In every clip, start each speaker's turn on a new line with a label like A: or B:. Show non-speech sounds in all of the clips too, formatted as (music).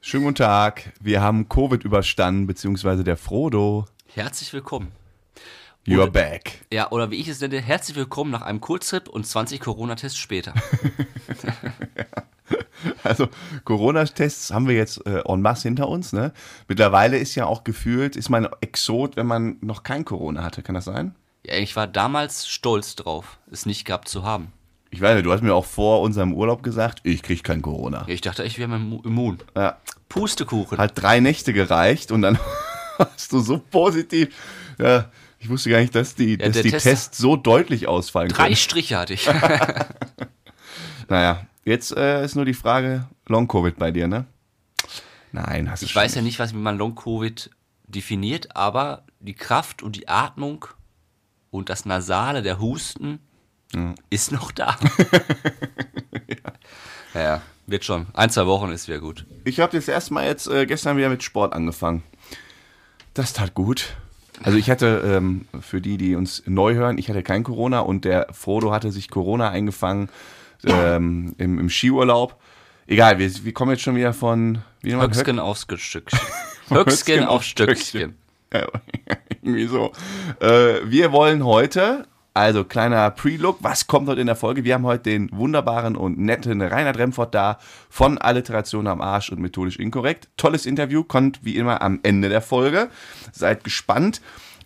A: Schönen guten Tag. Wir haben Covid überstanden, beziehungsweise der Frodo.
B: Herzlich willkommen.
A: You're back.
B: Ja, oder wie ich es nenne, herzlich willkommen nach einem Kurztrip und 20 Corona-Tests später.
A: Also Corona-Tests haben wir jetzt äh, en masse hinter uns. Ne? Mittlerweile ist ja auch gefühlt, ist man Exot, wenn man noch kein Corona hatte. Kann das sein?
B: Ja, ich war damals stolz drauf, es nicht gehabt zu haben.
A: Ich weiß nicht, du hast mir auch vor unserem Urlaub gesagt, ich krieg kein Corona.
B: Ja, ich dachte, ich wäre immu- immun.
A: Ja.
B: Pustekuchen.
A: Hat drei Nächte gereicht und dann (laughs) warst du so positiv. Ja, ich wusste gar nicht, dass die, dass
B: der
A: die
B: Test-
A: Tests so deutlich ausfallen
B: Drei
A: können.
B: Striche hatte ich.
A: Naja, jetzt äh, ist nur die Frage Long-Covid bei dir, ne? Nein, hast du
B: Ich
A: schon
B: weiß ja nicht, was man Long-Covid definiert, aber die Kraft und die Atmung und das Nasale, der Husten ist noch da. ja. ja, wird schon. Ein, zwei Wochen ist wieder gut.
A: Ich habe jetzt erstmal jetzt äh, gestern wieder mit Sport angefangen. Das tat gut. Also ich hatte, ähm, für die, die uns neu hören, ich hatte kein Corona und der Frodo hatte sich Corona eingefangen ähm, im, im Skiurlaub. Egal, wir, wir kommen jetzt schon wieder von wie nennt man-
B: Höcksken aufs Stückchen. Höcksken
A: genau
B: auf Stückchen.
A: (laughs) Ja, Irgendwie so. Äh, wir wollen heute, also kleiner Pre-Look, was kommt heute in der Folge? Wir haben heute den wunderbaren und netten Reinhard Remford da von Alliteration am Arsch und methodisch inkorrekt. Tolles Interview, kommt wie immer am Ende der Folge. Seid gespannt.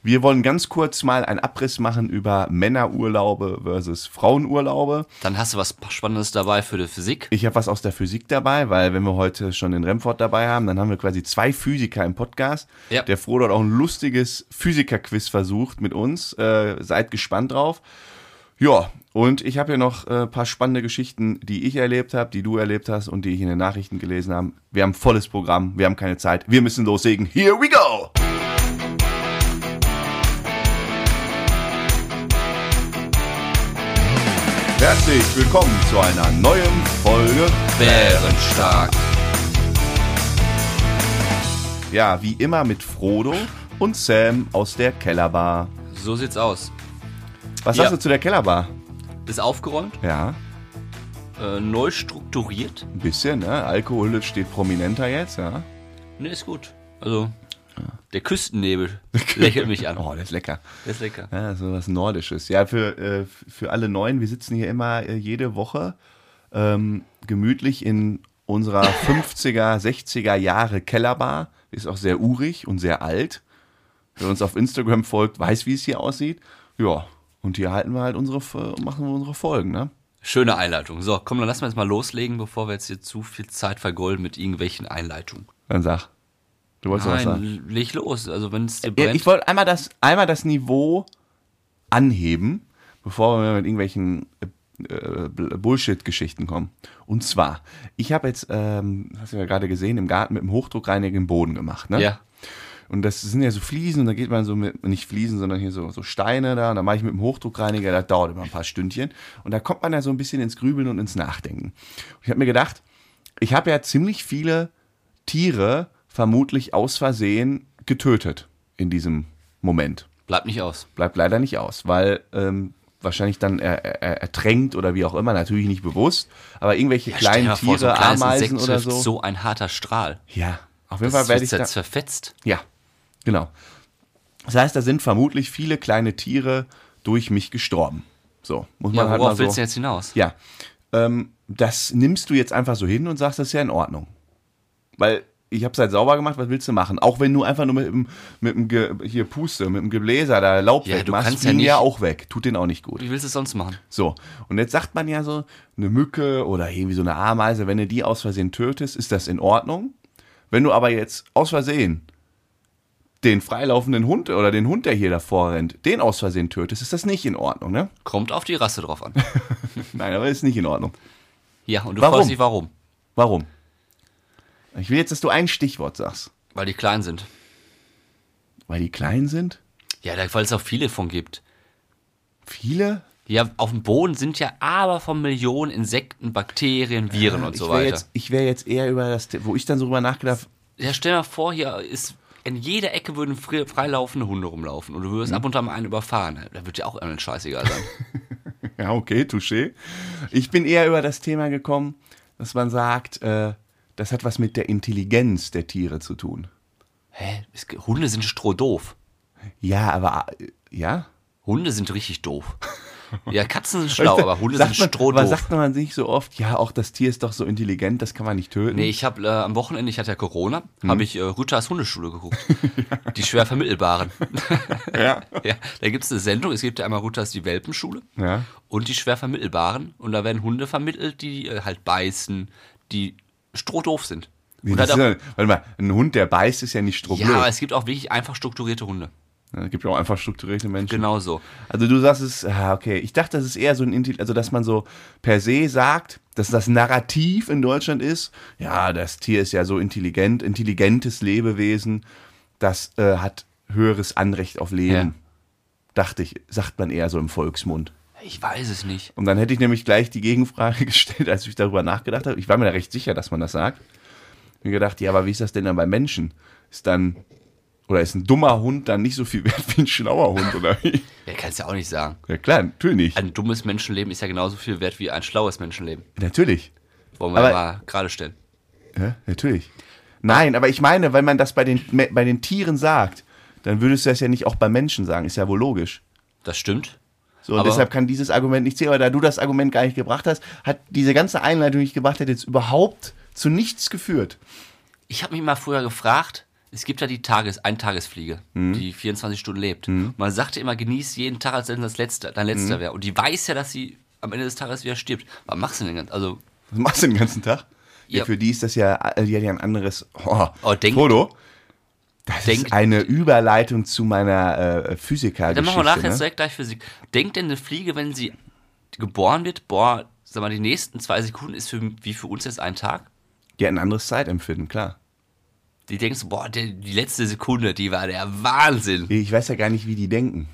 A: Wir wollen ganz kurz mal einen Abriss machen über Männerurlaube versus Frauenurlaube.
B: Dann hast du was Spannendes dabei für die Physik.
A: Ich habe was aus der Physik dabei, weil wenn wir heute schon den Remford dabei haben, dann haben wir quasi zwei Physiker im Podcast.
B: Ja.
A: Der Frodo hat auch ein lustiges Physiker-Quiz versucht mit uns. Äh, seid gespannt drauf. Ja, und ich habe hier noch ein äh, paar spannende Geschichten, die ich erlebt habe, die du erlebt hast und die ich in den Nachrichten gelesen habe. Wir haben volles Programm, wir haben keine Zeit, wir müssen loslegen. Here we go! Herzlich willkommen zu einer neuen Folge
B: Bärenstark.
A: Ja, wie immer mit Frodo und Sam aus der Kellerbar.
B: So sieht's aus.
A: Was
B: Ja.
A: sagst du zu der Kellerbar?
B: Ist aufgeräumt,
A: Ja,
B: äh, neu strukturiert.
A: ein bisschen, ne? Alkohol steht prominenter jetzt, ja.
B: Ne, ist gut. Also,
A: (laughs)
B: der Küstennebel lächelt mich an.
A: Oh, das ist lecker.
B: Der ist lecker.
A: Ja, so was Nordisches. Ja, für, äh, für alle Neuen, wir sitzen hier immer äh, jede Woche ähm, gemütlich in
B: (laughs)
A: unserer 50er, 60er Jahre Kellerbar. Ist auch sehr urig und sehr alt. Wer uns auf Instagram folgt, weiß, wie es hier aussieht. Ja, und hier halten wir halt unsere, F- machen wir unsere Folgen, ne?
B: Schöne Einleitung. So, komm, dann lass wir jetzt mal loslegen, bevor wir jetzt hier zu viel Zeit vergolden mit irgendwelchen Einleitungen.
A: Dann sag. Du wolltest was sagen.
B: Nein, leg los. Also, wenn es dir
A: Ja,
B: brennt.
A: ich wollte einmal das, einmal das Niveau anheben, bevor wir mit irgendwelchen äh, äh, Bullshit-Geschichten kommen. Und zwar, ich habe jetzt, ähm, hast du ja gerade gesehen, im Garten mit dem Hochdruckreiniger den Boden gemacht. Ne?
B: ja.
A: Und das sind ja so Fliesen und da geht man so mit, nicht Fliesen, sondern hier so, so Steine da und da mache ich mit dem Hochdruckreiniger, das dauert immer ein paar Stündchen. Und da kommt man ja so ein bisschen ins Grübeln und ins Nachdenken. Und ich habe mir gedacht, ich habe ja ziemlich viele Tiere vermutlich aus Versehen getötet in diesem Moment.
B: Bleibt nicht aus.
A: Bleibt leider nicht aus, weil ähm, wahrscheinlich dann er, er, ertränkt oder wie auch immer, natürlich nicht bewusst, aber irgendwelche
B: Stell dir
A: kleinen
B: mal vor,
A: Tiere,
B: so ein kleines
A: Ameisen
B: Insekt
A: oder
B: trifft
A: so.
B: So ein harter Strahl.
A: Ja, auf jeden
B: Das
A: Fall
B: wird
A: werde ich
B: jetzt
A: da,
B: verfetzt.
A: ja, genau. Das heißt, da sind vermutlich viele kleine Tiere durch mich gestorben. So, muss man
B: Ja,
A: halt
B: worauf
A: mal so.
B: willst du jetzt hinaus?
A: Ja, ähm, das nimmst du jetzt einfach so hin und sagst, das ist ja in Ordnung. Weil ich habe es halt sauber gemacht, was willst du machen? Auch wenn du einfach nur mit dem, mit dem Ge hier Puste, mit dem Gebläser da Laub
B: Ja, du
A: wegmachst,
B: kannst ja
A: fliegen ja
B: nicht-
A: auch weg. Tut den auch nicht gut.
B: Wie willst du es sonst machen?
A: So, und jetzt sagt man ja so, eine Mücke oder irgendwie so eine Ameise, wenn du die aus Versehen tötest, ist das in Ordnung. Wenn du aber jetzt aus Versehen den freilaufenden Hund oder den Hund, der hier davor rennt, den aus Versehen tötest, ist das nicht in Ordnung, ne?
B: Kommt auf die Rasse drauf an.
A: Nein, aber ist nicht in Ordnung.
B: Ja, und du
A: Warum?
B: fragst dich warum.
A: Warum? Ich will jetzt, dass du ein Stichwort sagst.
B: Weil die klein sind.
A: Weil die klein sind?
B: Ja, da- weil es auch viele von gibt.
A: Viele?
B: Ja, auf dem Boden sind ja aber von Millionen Insekten, Bakterien, Viren und so
A: ich wäre
B: weiter.
A: jetzt, ich wär jetzt eher über das, wo ich dann so drüber nachgedacht
B: Ja, stell dir mal vor, hier ist in jeder Ecke würden fri- freilaufende Hunde rumlaufen und du würdest ab und an mal einen überfahren. Da wird dir auch irgendein scheißegal (laughs) sein.
A: (laughs) Ja, okay, touché. Ich bin eher über das Thema gekommen, dass man sagt, äh, das hat was mit der Intelligenz der Tiere zu tun.
B: Hä? Es ge- Hunde sind strohdoof.
A: Ja, aber äh, ja.
B: Hunde sind richtig (laughs) doof. Ja, Katzen sind schlau,
A: Weißt du,
B: aber Hunde
A: sagt
B: sind
A: man, Aber
B: strohdoof.
A: sagt man nicht so oft, ja, auch das Tier ist doch so intelligent, das kann man nicht töten.
B: Nee, ich habe äh, am Wochenende, ich hatte ja Corona, habe ich äh, Rütters Hundeschule geguckt. (laughs) Die schwer vermittelbaren.
A: (laughs) Ja.
B: (laughs) ja, da gibt es eine Sendung, es gibt ja einmal Rütters die Welpenschule
A: Ja.
B: und die schwer vermittelbaren. Und da werden Hunde vermittelt, die äh, halt beißen, die strohdoof sind.
A: Nee,
B: Und
A: das
B: halt
A: ist
B: auch,
A: ja, warte mal, ein Hund, der beißt, ist ja nicht
B: ja, aber
A: strohblöd.
B: es gibt auch wirklich einfach strukturierte Hunde.
A: Ja, es gibt ja auch einfach strukturierte Menschen.
B: Genau so.
A: Also du sagst es, ah, okay, ich dachte, das ist eher so ein, Inti- also dass man so per se sagt, dass das Narrativ in Deutschland ist, ja, das Tier ist ja so intelligent, intelligentes Lebewesen, das äh, hat höheres Anrecht auf Leben.
B: Ja.
A: Dachte ich, sagt man eher so im Volksmund.
B: Ich weiß es nicht.
A: Und dann hätte ich nämlich gleich die Gegenfrage (laughs) gestellt, als ich darüber nachgedacht habe. Ich war mir da recht sicher, dass man das sagt. Ich mir gedacht, ja, aber wie ist das denn dann bei Menschen? Ist dann, oder ist ein dummer Hund dann nicht so viel wert wie ein schlauer Hund, oder wie?
B: Ja, kannst ja auch nicht sagen.
A: Ja, klar, natürlich nicht.
B: Ein dummes Menschenleben ist ja genauso viel wert wie ein schlaues Menschenleben.
A: Natürlich.
B: Wollen wir
A: Aber-
B: mal gerade stellen.
A: Ja, natürlich. Nein, aber ich meine, wenn man das bei den, me- bei den Tieren sagt, dann würdest du das ja nicht auch bei Menschen sagen. Ist ja wohl logisch.
B: Das stimmt.
A: So, und
B: Aber-
A: deshalb kann dieses Argument nicht zählen. Aber da du das Argument gar nicht gebracht hast, hat diese ganze Einleitung, die ich gebracht hätte, jetzt überhaupt zu nichts geführt.
B: Ich habe mich mal früher gefragt, es gibt ja die Tages-, Eintagesfliege,
A: Mhm.
B: die 24 Stunden lebt. Man sagte immer, genieß jeden Tag, als wenn das letzte, dein
A: Mhm.
B: letzter wäre. Und die weiß ja, dass sie am Ende des Tages wieder stirbt. Was machst du denn ganz? Also,
A: Was machst du den ganzen Tag? Ja.
B: Ja.
A: für die ist das ja, äh, die hat ja ein anderes. Oh,
B: Oh, denk-
A: Foto. Das
B: denk-
A: ist eine Überleitung zu meiner äh, Physiker-Geschichte.
B: dann machen wir nachher
A: ne?
B: jetzt direkt gleich Physik. Denkt denn eine Fliege, wenn sie geboren wird, boah, sag mal, die nächsten zwei Sekunden ist für, wie für uns jetzt ein Tag?
A: Die hat ein anderes Zeitempfinden, klar.
B: Die denkst, du, boah, der, die letzte Sekunde, die war der Wahnsinn.
A: Ich weiß ja gar nicht, wie die denken.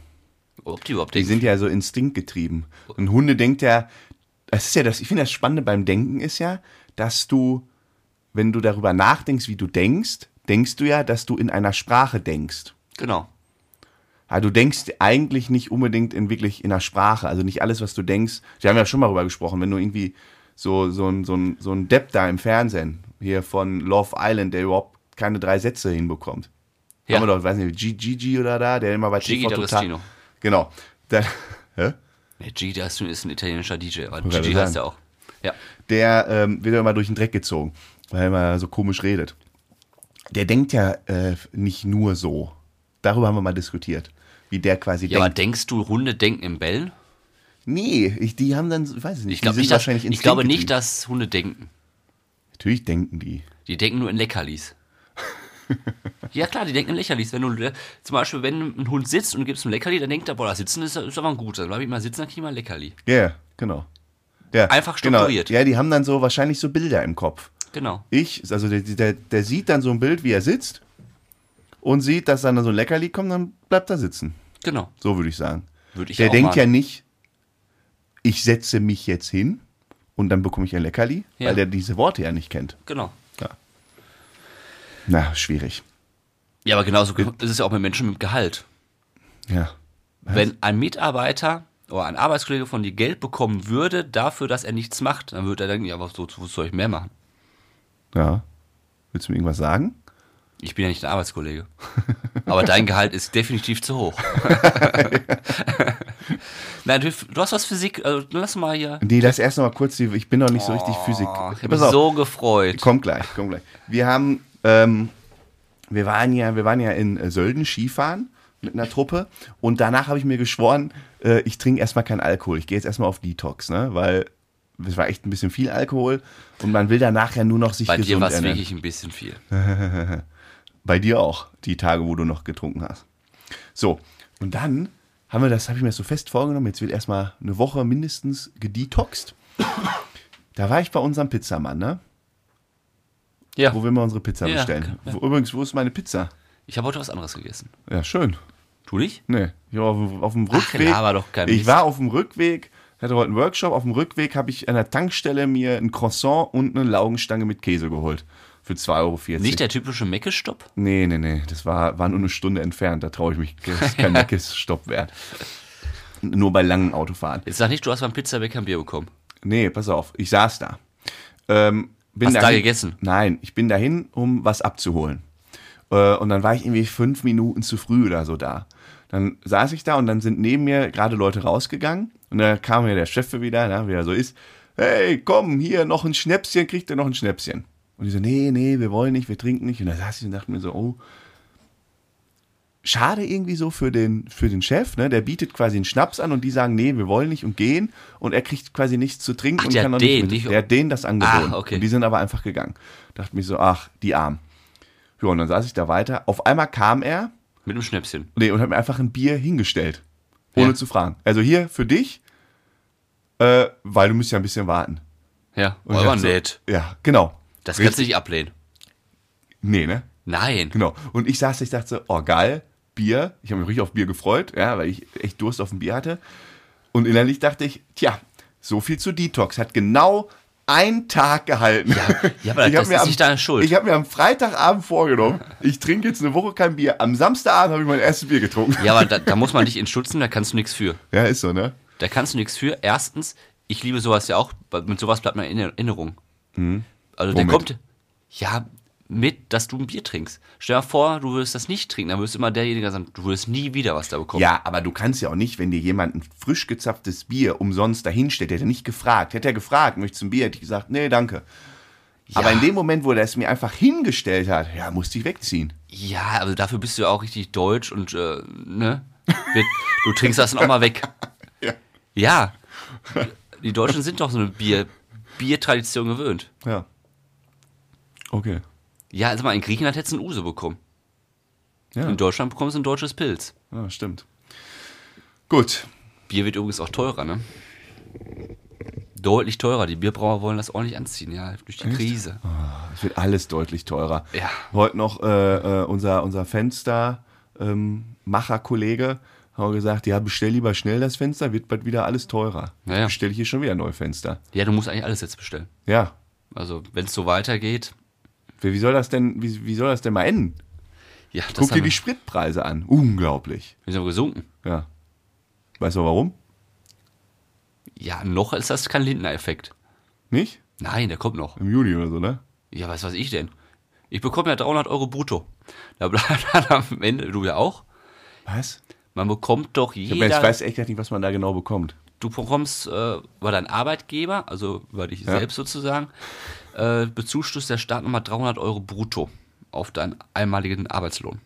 B: Ob die überhaupt
A: Die
B: denken.
A: sind ja so instinktgetrieben. Und Hunde denkt ja, das ist ja das, ich finde das Spannende beim Denken ist ja, dass du, wenn du darüber nachdenkst, wie du denkst, denkst du ja, dass du in einer Sprache denkst.
B: Genau.
A: Ja, du denkst eigentlich nicht unbedingt in wirklich in einer Sprache, also nicht alles, was du denkst. Wir haben ja schon mal darüber gesprochen, wenn du irgendwie so, so ein, so ein, so ein Depp da im Fernsehen, hier von Love Island, der überhaupt keine drei Sätze hinbekommt.
B: Ja.
A: Haben wir doch, weiß nicht, G- Gigi oder da, der immer bei TV
B: Gigi
A: total.
B: D'Agostino.
A: Genau. Der, (laughs) hä?
B: Nee, Gigi D'Agostino ist ein italienischer DJ, aber
A: Wollte
B: Gigi
A: gerade
B: heißt
A: sagen.
B: ja auch. Ja.
A: der ähm, wird ja immer durch den Dreck gezogen, weil er immer so komisch redet. Der denkt ja äh, nicht nur so. Darüber haben wir mal diskutiert, wie der quasi
B: Ja, aber
A: denkt.
B: denkst du, Hunde denken im Bellen?
A: Nee, ich, die haben dann, ich weiß es nicht,
B: Ich, glaub
A: die sind
B: nicht, dass,
A: wahrscheinlich
B: ich glaube nicht,
A: dass.
B: dass Hunde denken.
A: Natürlich denken die.
B: Die denken nur in Leckerlis. ja klar, die denken in Leckerlis. Wenn du, ne, zum Beispiel, wenn ein Hund sitzt und du gibst ihm ein Leckerli, dann denkt er, boah, das Sitzen ist, ist aber ein guter. Dann bleib ich mal sitzen, dann krieg ich mal ein Leckerli.
A: Ja, ja, genau. Ja,
B: Einfach strukturiert.
A: Genau. Ja, die haben dann so wahrscheinlich so Bilder im Kopf.
B: Genau.
A: Ich, also der, der, der sieht dann so ein Bild, wie er sitzt und sieht, dass dann so ein Leckerli kommt, dann bleibt er sitzen.
B: Genau.
A: So würde ich sagen.
B: Würde ich
A: der
B: auch
A: denkt
B: machen.
A: ja nicht, ich setze mich jetzt hin und dann bekomme ich ein Leckerli,
B: Ja.
A: weil der diese Worte ja nicht kennt.
B: Genau.
A: Na, schwierig.
B: Ja, aber genauso ist es ja auch mit Menschen mit Gehalt.
A: Ja.
B: Wenn ein Mitarbeiter oder ein Arbeitskollege von dir Geld bekommen würde dafür, dass er nichts macht, dann würde er denken, ja, was so, was soll ich mehr machen?
A: Ja. Willst du mir irgendwas sagen?
B: Ich bin ja nicht ein Arbeitskollege. Aber dein Gehalt ist definitiv zu hoch. Nein, du, du hast was Physik. Also, lass mal hier.
A: Nee, lass erst noch mal kurz, die, ich bin noch nicht so richtig Physik.
B: Oh, ich habe mich
A: Pass auf.
B: so gefreut.
A: Kommt gleich, kommt gleich. Wir haben, ähm, wir waren ja, wir waren ja in äh, Sölden Skifahren mit einer Truppe und danach habe ich mir geschworen, äh, ich trinke erstmal keinen Alkohol. Ich gehe jetzt erstmal auf Detox, ne? Weil es war echt ein bisschen viel Alkohol und man will danach ja nur noch sich
B: Bei dir
A: gesund
B: war es
A: ernähren.
B: wirklich ein bisschen viel.
A: Bei dir auch, die Tage, wo du noch getrunken hast. So, und dann haben wir das, habe ich mir so fest vorgenommen, jetzt wird erstmal eine Woche mindestens gedetoxt. Da war ich bei unserem Pizzamann, ne?
B: Ja.
A: Wo wir immer unsere Pizza
B: Ja,
A: bestellen. Wo, übrigens, wo ist meine Pizza?
B: Ich habe heute was anderes gegessen.
A: Ja, schön.
B: Du nicht?
A: Nee, ich war auf, dem- auf dem Rückweg.
B: laber doch keinen
A: ich
B: Mist.
A: war auf dem Rückweg, hatte heute einen Workshop. Auf dem Rückweg habe ich an der Tankstelle mir ein Croissant und eine Laugenstange mit Käse geholt. Für 2,40 Euro.
B: Nicht der typische Mecke-Stopp?
A: Nee, nee, nee. Das war, war nur eine Stunde entfernt. Da traue ich mich. Das ist
B: (laughs)
A: kein neckes Stopp wert. Nur bei langen Autofahren.
B: Jetzt sag nicht, du hast beim Pizzabäcker ein Bier bekommen.
A: Nee, pass auf. Ich saß da. Ähm, bin
B: Hast du da
A: dahin-
B: gegessen?
A: Nein, ich bin dahin, um was abzuholen. Äh, Und dann war ich irgendwie fünf Minuten zu früh oder so da. Dann saß ich da und dann sind neben mir gerade Leute rausgegangen. Und da kam mir der Chef wieder, na, wie er so ist. Hey, komm, hier noch ein Schnäpschen, kriegt ihr noch ein Schnäpschen? Und die so, nee, nee, wir wollen nicht, wir trinken nicht. Und da saß ich und dachte mir so, oh, schade irgendwie so für den, für den Chef, ne? Der bietet quasi einen Schnaps an und die sagen, nee, wir wollen nicht und gehen. Und er kriegt quasi nichts zu trinken
B: Ach,
A: und
B: der
A: kann auch
B: hat
A: nicht
B: den,
A: mit.
B: nicht-
A: Der hat denen das angeboten.
B: Ah, okay.
A: Und die sind aber einfach gegangen. Dachte mir so, ach, die Arm. Ja, und dann saß ich da weiter. Auf einmal kam er
B: Mit einem Schnäpschen.
A: nee, und hat mir einfach ein Bier hingestellt. Ohne
B: Ja.
A: zu fragen. Also hier für dich, äh, weil du musst ja ein bisschen warten.
B: Ja.
A: Und ich
B: Aber
A: dachte so,
B: nett.
A: Ja, genau.
B: Das
A: Richtig-
B: kannst du nicht ablehnen.
A: Nee, ne?
B: Nein.
A: Genau. Und ich saß, da, ich dachte so, oh geil, Bier. Ich habe mich richtig auf Bier gefreut, ja, weil ich echt Durst auf ein Bier hatte. Und innerlich dachte ich, tja, so viel zu Detox. Hat genau einen Tag gehalten.
B: ja,
A: (laughs)
B: aber
A: Ich
B: das
A: hab mir
B: ist
A: am-
B: nicht deine Schuld.
A: Ich habe mir am Freitagabend vorgenommen, ich trinke jetzt eine Woche kein Bier. Am Samstagabend habe ich mein erstes Bier getrunken.
B: Ja, aber da, da muss man dich in Schutz nehmen, da kannst du nichts für.
A: (laughs) Ja, ist so, ne?
B: Da kannst du nichts für. Erstens, ich liebe sowas ja auch. weil Mit sowas bleibt man in Erinnerung. Also der
A: Hm. Womit?
B: kommt ja mit, dass du ein Bier trinkst. Stell dir vor, du würdest das nicht trinken, dann würdest immer derjenige der sagen, du würdest nie wieder was da bekommen.
A: Ja, aber du kannst ja auch nicht, wenn dir jemand ein frisch gezapftes Bier umsonst dahinstellt, der hätte nicht gefragt. Hätte er gefragt, möchtest du ein Bier, hätte ich gesagt, nee, danke. Aber in dem Moment, wo er es mir einfach hingestellt hat, ja, musste ich wegziehen.
B: Ja, also dafür bist du ja auch richtig deutsch und äh, ne? Wir, du trinkst das dann auch mal weg.
A: (laughs) Ja.
B: Ja. Die Deutschen sind doch so eine Bier, Biertradition gewöhnt.
A: Ja. Okay.
B: Ja, also mal in Griechenland hättest du ein Uso bekommen.
A: Ja.
B: In Deutschland bekommst du ein deutsches Pilz.
A: Ja, stimmt. Gut.
B: Bier wird übrigens auch teurer, ne? Deutlich teurer. Die Bierbrauer wollen das ordentlich anziehen, ja, durch die Krise.
A: Es wird alles deutlich teurer.
B: Ja.
A: Heute noch äh, äh, unser, unser Fenstermacher-Kollege hat gesagt, ja, bestell lieber schnell das Fenster, wird bald wieder alles teurer.
B: Ja, ja.
A: Bestell ich hier schon wieder neue Fenster.
B: Ja, du musst eigentlich alles jetzt bestellen.
A: Ja.
B: Also, wenn es so weitergeht,
A: Wie, wie soll das denn, wie, wie soll das denn mal enden?
B: ja, das
A: Guck dir
B: haben
A: die
B: wir,
A: Spritpreise an. Unglaublich.
B: wir sind aber gesunken.
A: Ja. Weißt du warum?
B: Ja, noch ist das kein Lindner-Effekt.
A: Nicht?
B: Nein, der kommt noch.
A: Im Juni oder so, ne?
B: Ja, was weiß ich denn? Ich bekomme ja 300 Euro brutto. Da bleibt (laughs) dann am Ende, du ja auch.
A: Was?
B: Man bekommt doch
A: Ich, meine, ich
B: jeder,
A: weiß echt gar nicht, was man da genau bekommt.
B: du bekommst äh, über deinen Arbeitgeber, also über dich selbst sozusagen, äh, bezuschusst der Staat nochmal 300 Euro brutto auf deinen einmaligen Arbeitslohn.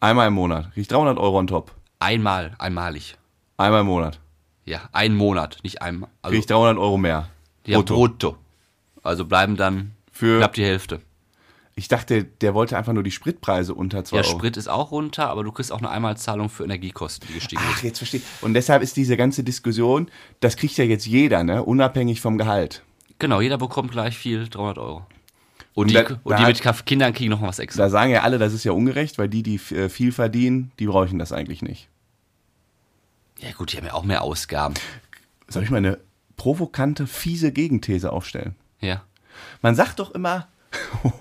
A: Einmal im Monat. Krieg ich 300 Euro on top.
B: Einmal, einmalig.
A: Einmal im Monat.
B: Ja, einen Monat, nicht einmal. Also,
A: Krieg ich 300 Euro mehr.
B: ja,
A: Brutto.
B: brutto. Also bleiben dann
A: Für-
B: knapp die Hälfte.
A: Ich dachte, der wollte einfach nur die Spritpreise unter 2
B: Ja,
A: Euro.
B: Sprit ist auch runter, aber du kriegst auch eine Einmalzahlung für Energiekosten, die gestiegen
A: Ach, jetzt verstehe ich. Und deshalb ist diese ganze Diskussion, das kriegt ja jetzt jeder, ne? Unabhängig vom Gehalt.
B: Genau, jeder bekommt gleich viel, 300 Euro. Und, die,
A: da-
B: und die
A: da-
B: mit Kaf- Kindern kriegen noch was extra.
A: Da sagen ja alle, das ist ja ungerecht, weil die, die äh, viel verdienen, die brauchen das eigentlich nicht.
B: Ja gut, die haben ja auch mehr Ausgaben.
A: Soll ich mal eine provokante, fiese Gegenthese aufstellen?
B: Ja.
A: Man sagt doch immer, (laughs)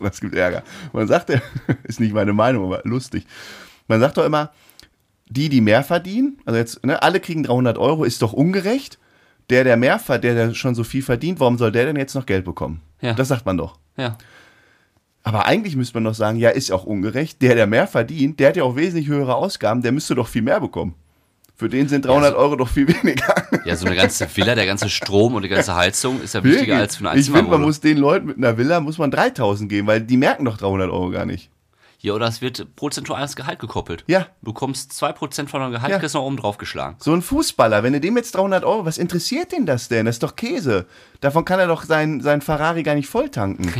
A: das gibt Ärger. Man sagt, (laughs) ja- ist nicht meine Meinung, aber lustig. Man sagt doch immer, die, die mehr verdienen, also jetzt, ne, alle kriegen 300 Euro, ist doch ungerecht. Der, der mehr verdient, der, der schon so viel verdient, warum soll der denn jetzt noch Geld bekommen?
B: Ja.
A: Das sagt man doch.
B: Ja.
A: Aber eigentlich müsste man doch sagen, ja, ist auch ungerecht. Der, der mehr verdient, der hat ja auch wesentlich höhere Ausgaben, der müsste doch viel mehr bekommen. Für den sind 300 Euro doch viel (laughs) weniger.
B: Ja, so eine ganze Villa, der ganze Strom und die ganze Heizung ist ja wichtiger als für eine
A: ich finde, man
B: Einzimmerwohnung.
A: muss den Leuten mit einer Villa muss man 3000 geben, weil die merken doch 300 Euro gar nicht.
B: Ja, oder es wird prozentual ans Gehalt gekoppelt.
A: Ja.
B: Du bekommst 2% von deinem Gehalt,
A: Ja.
B: kriegst noch oben drauf geschlagen.
A: So ein Fußballer, wenn du dem jetzt 300 Euro, was interessiert den das denn? Das ist doch Käse. Davon kann er doch sein, sein Ferrari gar nicht
B: (laughs)
A: volltanken.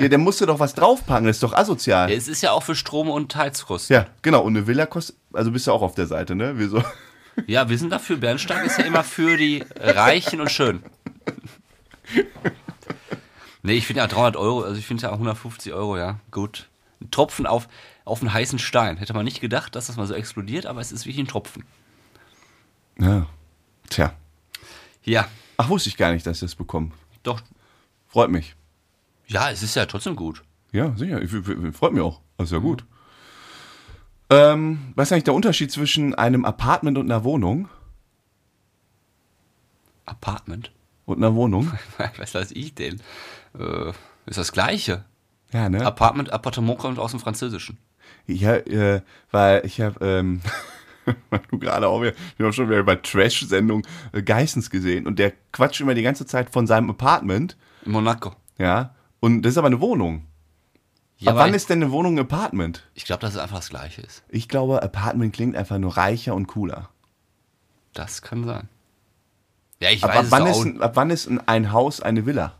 A: Ja, der musste doch was draufpacken, das ist doch asozial.
B: Ja, es ist ja auch für Strom und Heizkosten.
A: Ja, genau. Und eine Villa kostet, also bist du auch auf der Seite, ne? Wir so, (laughs)
B: Ja, wir sind dafür. Bernstein ist ja immer für die Reichen und Schönen. Nee, ich finde ja 300 Euro, also ich finde ja 150 Euro, ja, gut. Ein Tropfen auf, auf einen heißen Stein. Hätte man nicht gedacht, dass das mal so explodiert, aber es ist wirklich ein Tropfen.
A: ja. Tja.
B: Ja,
A: Ach, wusste ich gar nicht, dass ich das bekomme.
B: doch.
A: Freut mich.
B: Ja, es ist ja trotzdem gut.
A: Ja, sicher. Ich, ich, freut mich auch. Das ist
B: Mhm.
A: ja gut. Ähm, was ist eigentlich der Unterschied zwischen einem Apartment und einer Wohnung?
B: Apartment?
A: Und einer Wohnung?
B: (laughs) Was weiß ich denn? Äh, ist das Gleiche.
A: (laughs) Ja, ne?
B: Apartment, Appartement kommt aus dem Französischen.
A: Ja, äh, weil ich habe, ähm, (laughs) weil du gerade auch, wieder- wir haben schon wieder über Trash-Sendung äh, Geissens gesehen und der quatscht immer die ganze Zeit von seinem Apartment,
B: In Monaco.
A: ja, und das ist aber eine Wohnung. aber
B: Ja, aber
A: wann
B: ich,
A: ist denn eine Wohnung ein Apartment?
B: ich glaube, dass es einfach das Gleiche ist.
A: Ich glaube, Apartment klingt einfach nur reicher und cooler.
B: Das kann sein. Ja, ich
A: Ab, ab,
B: weiß
A: wann
B: es
A: ist,
B: auch.
A: ein- ab wann ist ein- ein Haus eine Villa?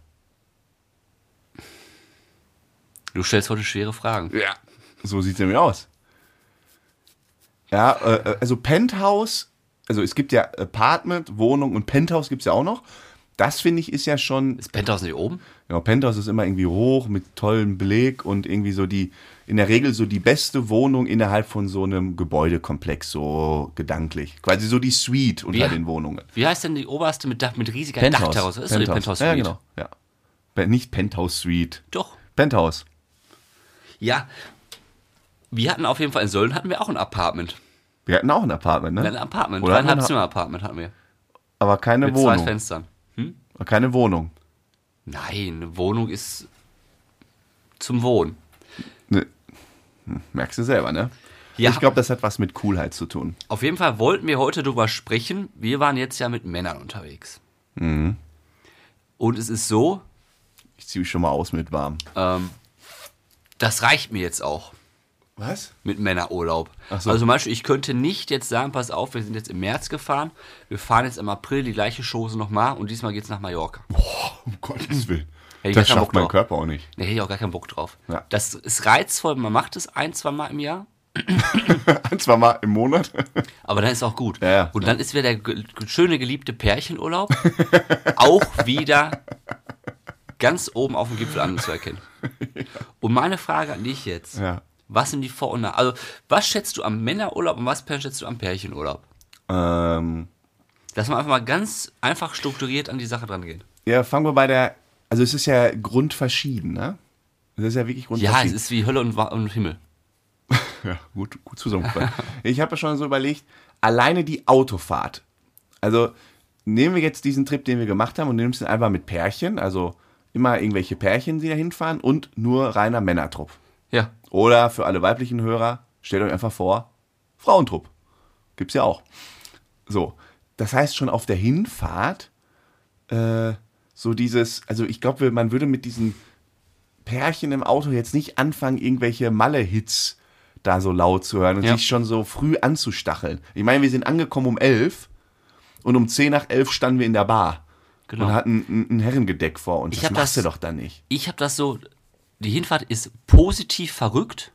B: Du stellst heute schwere Fragen.
A: Ja. So sieht es nämlich aus. Ja, äh, äh, also Penthouse, also es gibt ja Apartment, Wohnung und Penthouse gibt es ja auch noch. Das finde ich ist ja schon,
B: Ist Penthouse nicht oben?
A: ja, Penthouse ist immer irgendwie hoch mit tollem Blick und irgendwie so die, in der Regel so die beste Wohnung innerhalb von so einem Gebäudekomplex, so gedanklich. Quasi so die Suite unter
B: Ja.
A: den Wohnungen.
B: Wie heißt denn die oberste mit, Dach, mit riesiger Dachterrasse? Das ist doch die Penthouse
A: Ja,
B: Suite.
A: genau. Ja. Pe- Nicht Penthouse Suite.
B: Doch.
A: Penthouse.
B: Ja. Wir hatten auf jeden Fall in Sölden hatten wir auch ein Apartment.
A: Wir hatten auch ein Apartment, ne?
B: Ein Apartment.
A: Oder
B: ein
A: ein
B: Halbzimmer-Apartment hatten wir.
A: Aber keine
B: Mit zwei
A: Wohnung.
B: Fenstern.
A: Keine Wohnung.
B: Nein, eine Wohnung ist zum Wohnen.
A: Ne. Hm, Merkst du selber, ne?
B: Ja.
A: Ich glaube, das hat was mit Coolheit zu tun.
B: Auf jeden Fall wollten wir heute drüber sprechen. Wir waren jetzt ja mit Männern unterwegs.
A: Mhm.
B: Und es ist so,
A: Ich ziehe mich schon mal aus mit warm.
B: ähm, das reicht mir jetzt auch
A: Was?
B: mit Männerurlaub.
A: Ach so.
B: Also zum Beispiel, ich könnte nicht jetzt sagen, pass auf, wir sind jetzt im März gefahren, wir fahren jetzt im April die gleiche Chose nochmal und diesmal geht's nach Mallorca.
A: Um Gottes Willen.
B: Hätte
A: das
B: ich gar keinen
A: schafft
B: Bock
A: mein
B: drauf.
A: Körper auch nicht. (laughs)
B: Da hätte ich auch gar keinen Bock drauf.
A: Ja.
B: Das ist reizvoll, man macht es ein, zwei Mal im Jahr,
A: Ein, zwei Mal im Monat.
B: aber dann ist auch gut.
A: Ja, ja.
B: und dann ist wieder der ge- schöne, geliebte (laughs) Pärchenurlaub auch wieder ganz oben auf dem Gipfel (laughs) anzuerkennen. Und meine Frage an dich jetzt,
A: Ja.
B: was sind die Vor- und Nachteile? Also, was schätzt du am Männerurlaub und was schätzt du am Pärchenurlaub?
A: ähm,
B: Dass man einfach mal ganz einfach strukturiert an die Sache dran geht.
A: ja, fangen wir bei der. Also, es ist ja grundverschieden, ne? Es ist ja wirklich
B: Ja,
A: grundverschieden.
B: es ist wie Hölle und, Wa- und Himmel.
A: Ja, gut, gut zusammengefasst. (laughs) ich habe ja schon so überlegt, alleine die Autofahrt. Also nehmen wir jetzt diesen Trip, den wir gemacht haben, und nimmst ihn einfach mit Pärchen, also immer irgendwelche Pärchen, die da hinfahren, und nur reiner Männertrupp.
B: Ja.
A: Oder für alle weiblichen Hörer, stellt euch einfach vor, Frauentrupp. Gibt's ja auch. So, das heißt schon auf der Hinfahrt, äh, so dieses, also ich glaube, man würde mit diesen Pärchen im Auto jetzt nicht anfangen, irgendwelche Malle-Hits da so laut zu hören und
B: Ja.
A: sich schon so früh anzustacheln. Ich meine, wir sind angekommen um elf und um zehn nach elf standen wir in der Bar
B: Genau.
A: und hatten ein, ein Herrengedeck vor uns.
B: Ich
A: das
B: hab
A: machst
B: das-
A: du doch dann nicht.
B: Ich habe das so, die Hinfahrt ist positiv verrückt.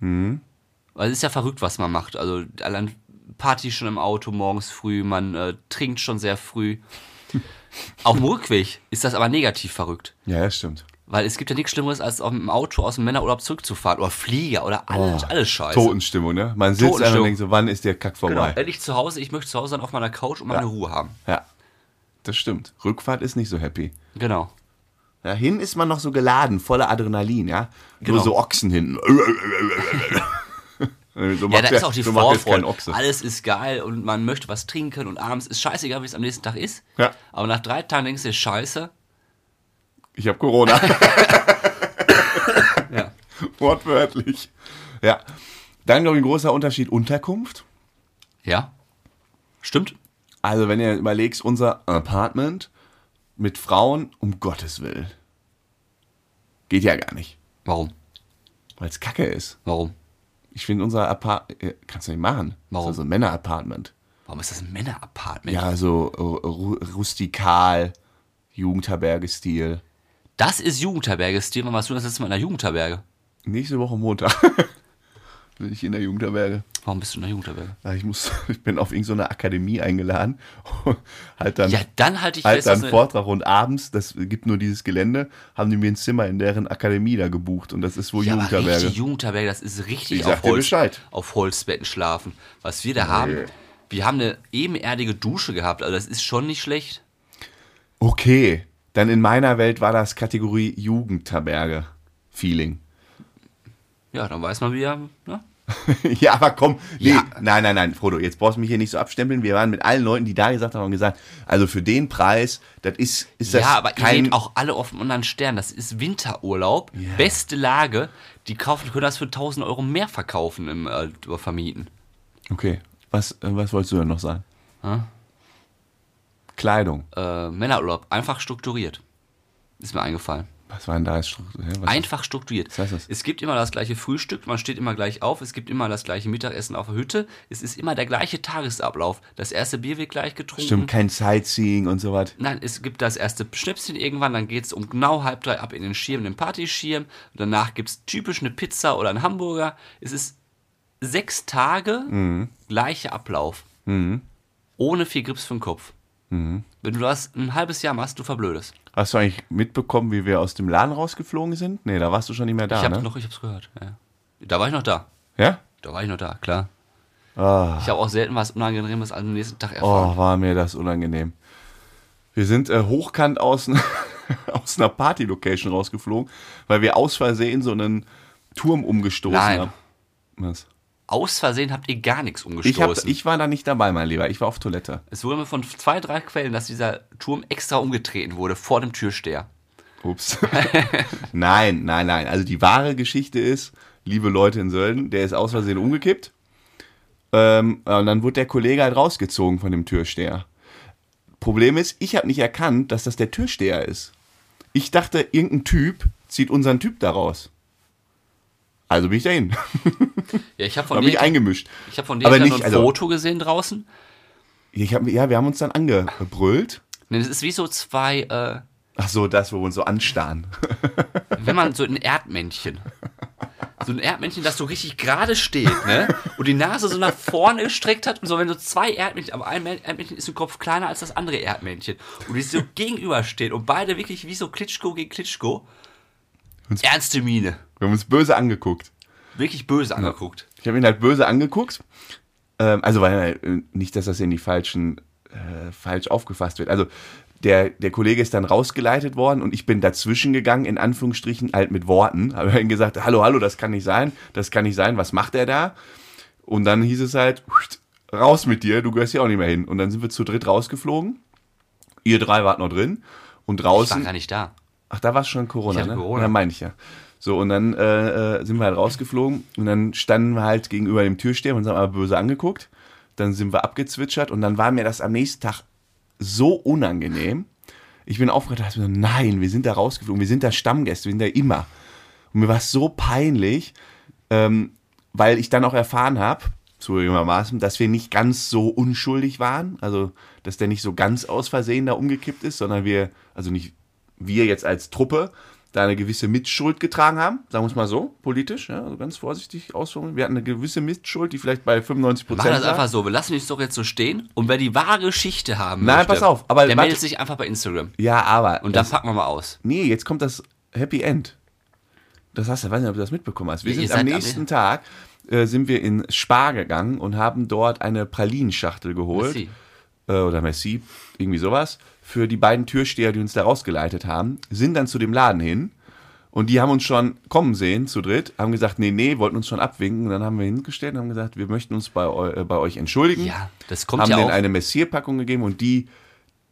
B: Weil es ist ja verrückt, was man macht. Also allein Party schon im Auto morgens früh, man äh, trinkt schon sehr früh. auf dem Rückweg ist das aber negativ verrückt.
A: Ja, das stimmt.
B: Weil es gibt ja nichts Schlimmeres, als auf dem Auto aus dem Männerurlaub zurückzufahren. Oder Flieger oder alles, alles Scheiße.
A: Totenstimmung, ne? Man sitzt da und
B: Totenstimmung.
A: denkt so, wann ist der Kack
B: Genau.
A: vorbei?
B: Endlich zu Hause, ich möchte zu Hause dann auf meiner Couch und meine Ruhe haben.
A: Ja, das stimmt. Rückfahrt ist nicht so happy.
B: Genau.
A: Ja, hin ist man noch so geladen, voller Adrenalin, ja?
B: Genau.
A: Nur so Ochsen
B: (laughs)
A: hinten. so
B: Ja, da ist auch die
A: so macht jetzt kein
B: Vorfreude.
A: Ochse.
B: Alles ist geil und man möchte was trinken und abends ist scheißegal, wie es am nächsten Tag ist.
A: Ja.
B: Aber nach drei Tagen denkst du, scheiße.
A: Ich habe
B: (laughs)
A: Corona,
B: Ja.
A: wortwörtlich. Ja. Dann, glaube ich, ein großer Unterschied Unterkunft.
B: Ja. Stimmt.
A: Also, wenn ihr überlegst, unser Apartment mit Frauen, um Gottes Willen. Geht ja gar nicht,
B: Warum?
A: weil es Kacke ist.
B: Warum?
A: Ich finde unser Apartment. Kannst du nicht machen.
B: Warum?
A: Das ist also ein Männer-Apartment.
B: Warum ist das ein Männerapartment?
A: Ja, so äh, ru rustikal, Jugendherberge-Stil.
B: Das ist Jugendherberge-Stil. Wann warst du das letzte Mal in der Jugendherberge?
A: Nächste Woche Montag (laughs) bin ich in der Jugendherberge.
B: Warum bist du in der Jugendherberge?
A: Ja, Ich, muss, (laughs) ich bin auf irgendeine so Akademie eingeladen. halt dann,
B: Ja, dann halte ich
A: halt
B: fest,
A: dann
B: dass eine-
A: Vortrag und abends, das gibt nur dieses Gelände, haben die mir ein Zimmer in deren Akademie da gebucht und das ist wohl
B: Ja, aber
A: Jugendherberge.
B: richtig Jugendherberge, das ist richtig
A: Ich
B: auf,
A: sag dir
B: Holz,
A: Bescheid.
B: auf Holzbetten schlafen. Was wir da haben, wir haben eine ebenerdige Dusche gehabt. Also das ist schon nicht schlecht.
A: Okay, dann in meiner Welt war das Kategorie Jugendherberge-Feeling.
B: Ja, dann weiß man wieder, ne?
A: (laughs) ja, aber komm, nee, nein, nein, nein, Frodo, jetzt brauchst du mich hier nicht so abstempeln. Wir waren mit allen Leuten, die da gesagt haben, haben gesagt, also für den Preis, das ist, ist das
B: ja, aber ihr
A: kein,
B: seht auch alle auf einem anderen Stern. Das ist Winterurlaub, beste Lage. Die kaufen, können das für 1000 Euro mehr verkaufen im äh, Vermieten.
A: Okay, was, äh, was wolltest du denn noch sagen? Kleidung.
B: Äh, Männerurlaub, einfach strukturiert. Ist mir eingefallen.
A: Was war denn da jetzt? Struktur- hä, was-
B: Einfach strukturiert.
A: heißt das?
B: Es gibt immer das gleiche Frühstück, man steht immer gleich auf, es gibt immer das gleiche Mittagessen auf der Hütte, es ist immer der gleiche Tagesablauf. Das erste Bier wird gleich getrunken.
A: Stimmt, kein Sightseeing und so was.
B: Nein, es gibt das erste Schnipschen irgendwann, dann geht es um genau halb drei ab in den Schirm, den Partyschirm. Danach gibt es typisch eine Pizza oder einen Hamburger. Es ist sechs Tage
A: Mhm.
B: gleicher Ablauf. Ohne viel Grips für den Kopf.
A: Mhm.
B: Wenn du das ein halbes Jahr machst, du verblödest.
A: Hast du eigentlich mitbekommen, wie wir aus dem Laden rausgeflogen sind? Nee, da warst du schon nicht mehr da,
B: ich hab's
A: ne?
B: noch, ich hab's gehört. Ja. Da war ich noch da.
A: ja?
B: Da war ich noch da, klar. Ich habe auch selten was Unangenehmes am nächsten Tag erfahren.
A: Ah. Oh, war mir das unangenehm. Wir sind äh, hochkant aus, n- (laughs) aus einer Party-Location rausgeflogen, weil wir aus Versehen so einen Turm umgestoßen
B: Nein.
A: haben. Was?
B: Aus Versehen habt ihr gar nichts
A: Ich, hab,
B: umgestoßen.
A: ich war da nicht dabei, mein Lieber. Ich war auf Toilette.
B: es wurde mir von zwei, drei Quellen, dass dieser Turm extra umgetreten wurde vor dem Türsteher.
A: Ups. (laughs) nein, nein, nein. Also die wahre Geschichte ist, liebe Leute in Sölden, der ist aus Versehen umgekippt. Ähm, und dann wurde der Kollege halt rausgezogen von dem Türsteher. Problem ist, ich habe nicht erkannt, dass das der Türsteher ist. Ich dachte, irgendein Typ zieht unseren Typ da raus. Also bin ich dahin. (laughs)
B: Ja, ich habe
A: Da
B: von
A: bin
B: dir,
A: ich eingemischt.
B: ich hab von dir
A: aber
B: dann
A: nicht,
B: noch ein
A: also-
B: Foto gesehen draußen.
A: Ich hab, ja, wir haben uns dann angebrüllt.
B: Nee, Das ist wie so zwei, äh,
A: Ach so, das, wo wir uns so anstarren. (laughs)
B: wenn man so ein Erdmännchen. So ein Erdmännchen, das so richtig gerade steht, ne? Und die Nase so nach vorne gestreckt hat. Und so, wenn so zwei Erdmännchen, aber ein Mäh- Erdmännchen ist im Kopf kleiner als das andere Erdmännchen. Und die so gegenüberstehen und beide wirklich wie so Klitschko gegen Klitschko. Ernste Miene.
A: Wir haben uns böse angeguckt.
B: Wirklich böse angeguckt.
A: Ich habe ihn halt böse angeguckt. Ähm, also, weil äh, nicht, dass das in die falschen, äh, falsch aufgefasst wird. Also, der, der Kollege ist dann rausgeleitet worden und ich bin dazwischen gegangen, in Anführungsstrichen, halt mit Worten. Habe ihm gesagt, hallo, hallo, das kann nicht sein, das kann nicht sein, was macht er da? Und dann hieß es halt, raus mit dir, du gehörst hier auch nicht mehr hin. Und dann sind wir zu dritt rausgeflogen. Ihr drei wart noch drin. Und
B: Ich war
A: draußen
B: gar nicht da.
A: Ach, da war es schon Corona,
B: Ich hatte
A: ne?
B: Corona.
A: Ja, meine ich ja. So, und dann äh, äh, sind wir halt rausgeflogen und dann standen wir halt gegenüber dem Türsteher und uns haben aber böse angeguckt. Dann sind wir abgezwitschert und dann war mir das am nächsten Tag so unangenehm. Ich bin aufgeregt, dachte mir so, nein, wir sind da rausgeflogen, wir sind da Stammgäste, wir sind da immer. Und mir war es so peinlich, ähm, weil ich dann auch erfahren habe, zugegebenermaßen, dass wir nicht ganz so unschuldig waren. Also, dass der nicht so ganz aus Versehen da umgekippt ist, sondern wir, also nicht wir jetzt als Truppe, da eine gewisse Mitschuld getragen haben, sagen wir es mal so, politisch, ja, also ganz vorsichtig ausformulieren. Wir hatten eine gewisse Mitschuld, die vielleicht bei 95
B: Mach das
A: Prozent
B: einfach so. Wir lassen dich doch jetzt so stehen. Und wer die wahre Geschichte haben
A: Nein,
B: möchte,
A: pass auf, aber
B: der
A: warte.
B: meldet sich einfach bei Instagram.
A: Ja, aber.
B: Und dann packen wir mal aus.
A: Nee, jetzt kommt das Happy End. Das hast du, weiß nicht, ob du das mitbekommen hast. Wir
B: Nee, ihr
A: sind am
B: seid am-
A: nächsten Tag äh, sind wir in Spar gegangen und haben dort eine Pralinenschachtel geholt.
B: Merci.
A: Äh, oder Messi, irgendwie sowas. Für die beiden Türsteher, die uns da rausgeleitet haben, sind dann zu dem Laden hin. Und die haben uns schon kommen sehen, zu dritt, haben gesagt, nee, nee, wollten uns schon abwinken. Und dann haben wir hingestellt und haben gesagt, wir möchten uns bei, eu äh, bei euch entschuldigen
B: Ja, das kommt
A: haben
B: ja
A: denen
B: auch.
A: eine Messierpackung gegeben und die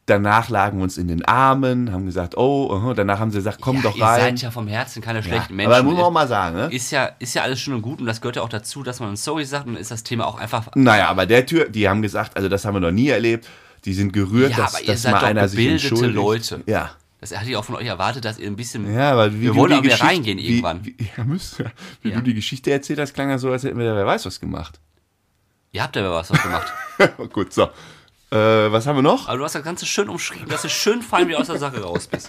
A: danach lagen wir uns in den Armen, haben gesagt, oh, aha, danach haben sie gesagt, komm
B: ja,
A: doch
B: ihr
A: rein.
B: seid ja vom Herzen keine
A: Ja,
B: schlechten
A: aber
B: Menschen.
A: muss man auch mal sagen, ne?
B: ist ja, ist ja alles schön und gut und das gehört ja auch dazu, dass man sorry sagt und dann ist das Thema auch einfach.
A: Naja, aber der Tür, die haben gesagt, also das haben wir noch nie erlebt. Die sind gerührt,
B: Ja,
A: dass,
B: aber ihr
A: dass
B: seid
A: mal
B: doch
A: einer sich
B: gebildete
A: entschuldigt.
B: Leute.
A: Ja.
B: Das hatte ich auch von euch erwartet, dass ihr ein bisschen.
A: Ja, aber wie
B: wir
A: du
B: wollen
A: die
B: auch wieder
A: Geschichte-
B: reingehen
A: wie,
B: irgendwann.
A: Wie, ja, müsst, ihr. wie
B: Ja.
A: du die Geschichte erzählt hast, klang ja so, als hätten wir da wer weiß was gemacht. (laughs)
B: Ihr habt ja aber was, was gemacht.
A: Gut, so. Äh, was haben wir noch?
B: Aber du hast das Ganze schön umschrieben, dass du schön fein wieder aus der Sache raus bist.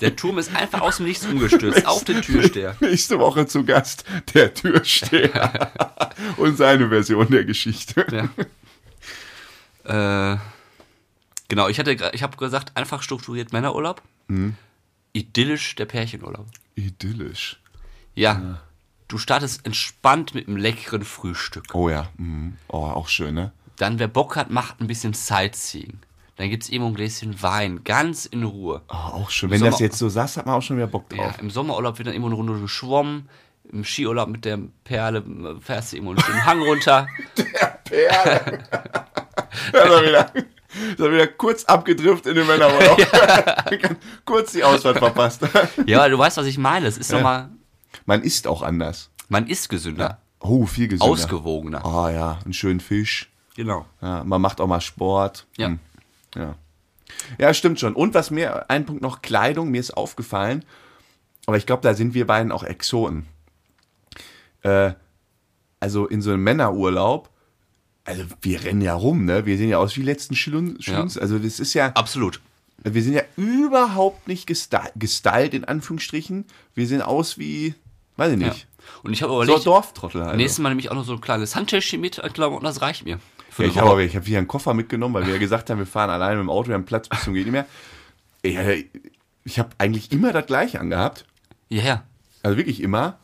B: Der Turm ist einfach aus dem Nichts umgestürzt, auf den Türsteher.
A: Nächste Woche zu Gast der Türsteher und seine Version der Geschichte.
B: (laughs) Äh, genau, ich hatte, gra- ich habe gesagt, einfach strukturiert Männerurlaub. Idyllisch der Pärchenurlaub.
A: Idyllisch.
B: Ja. Du startest entspannt mit einem leckeren Frühstück.
A: Oh ja. Mhm. Oh, auch schön, ne?
B: Dann, wer Bock hat, macht ein bisschen Sightseeing. Dann gibt's irgendwo ein Gläschen Wein, ganz in Ruhe.
A: Oh, auch schön. Wenn
B: Sommer-
A: das jetzt so saß, hat man auch schon wieder Bock
B: Ja,
A: drauf.
B: Im Sommerurlaub wird dann irgendwo eine Runde geschwommen. im Skiurlaub mit der Perle äh, fährst du irgendwo einen Hang (laughs) runter.
A: Perle. das war wieder, das war wieder kurz abgedriftet in den Männerurlaub. kurz die Auswahl verpasst.
B: Ja, aber du weißt, was ich meine. Es ist nochmal,
A: Man isst auch anders.
B: man ist gesünder,
A: Oh, viel gesünder.
B: ausgewogener.
A: Ah ja, einen schönen Fisch.
B: Genau.
A: Ja, man macht auch mal Sport.
B: Ja.
A: Hm. ja. Ja, stimmt schon. Und was mir, ein Punkt noch, Kleidung, mir ist aufgefallen, aber ich glaube, da sind wir beiden auch Exoten. Äh, also in so einem Männerurlaub, also wir rennen ja rum, ne? Wir sehen ja aus wie die letzten Schlunz. Schlunz. Also das ist ja,
B: Absolut.
A: wir sind ja überhaupt nicht gestylt, gestylt in Anführungsstrichen. Wir sehen aus wie, weiß ich
B: Ja.
A: nicht,
B: Und ich habe
A: so
B: überlegt,
A: Dorftrottel halt.
B: nächstes Mal nehme ich auch noch so ein kleines Handtäschchen mit äh, an Klamotten, das reicht mir. Für
A: Ja,
B: eine
A: ich
B: Woche.
A: habe ich hab hier einen Koffer mitgenommen, weil wir ja gesagt haben, wir fahren alleine mit dem Auto, wir haben Platz bis zum geht nicht mehr. Ich, ich habe eigentlich immer das gleiche angehabt.
B: ja, ja.
A: Also wirklich immer.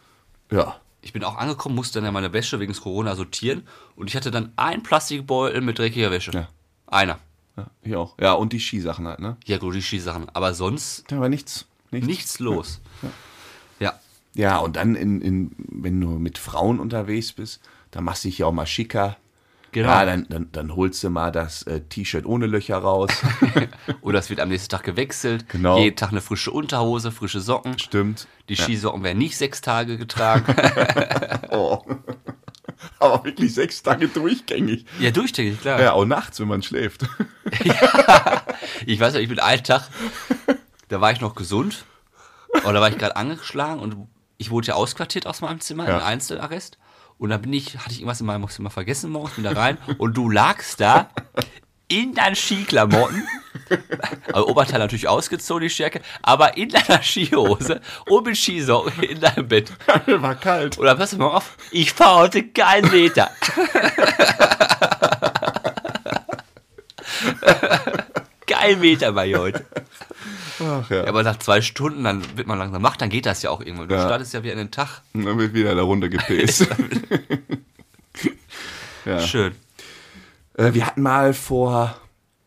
A: Ja.
B: Ich bin auch angekommen, musste dann ja meine Wäsche wegen des Corona sortieren und ich hatte dann einen Plastikbeutel mit dreckiger Wäsche.
A: Ja.
B: Einer.
A: ja. Ich auch. Ja, und die Skisachen halt, ne?
B: Ja, gut, die Skisachen. Aber sonst
A: Da war nichts. nichts.
B: nichts los. Ja.
A: Ja, und dann, in, in, wenn du mit Frauen unterwegs bist, dann machst du dich ja auch mal schicker.
B: Genau.
A: Ja, dann, dann, dann holst du mal das äh, T-Shirt ohne Löcher (laughs) raus.
B: Oder es wird am nächsten Tag gewechselt.
A: Genau.
B: Jeden Tag eine frische Unterhose, frische Socken.
A: Stimmt.
B: Die Skisocken werden nicht sechs Tage getragen.
A: (laughs) Oh. (laughs) Aber wirklich sechs Tage durchgängig.
B: ja, durchdenklich, klar.
A: Ja, auch nachts, wenn man schläft. (laughs)
B: Ich weiß noch, ich bin einen Tag, da war ich noch gesund. Oder da war ich gerade angeschlagen und ich wurde ja ausquartiert aus meinem Zimmer
A: Ja.
B: in Einzelarrest. Und da bin ich, hatte ich irgendwas in meinem Zimmer vergessen morgens, bin da rein und du lagst da in deinen Skiklamotten. Also Oberteil natürlich ausgezogen, die Stärke, aber in deiner Skihose und mit Skisocken in deinem Bett.
A: War kalt.
B: Und dann pass mal auf, ich fahre heute keinen Meter. kein Meter bei ihr heute.
A: Ach ja.
B: Ja, aber nach zwei Stunden, dann wird man langsam macht, dann geht das ja auch irgendwann. Du
A: Ja.
B: startest ja wieder in den Tag.
A: Und dann wird wieder eine Runde gepäst. ja.
B: Schön.
A: (laughs) äh, wir hatten mal vor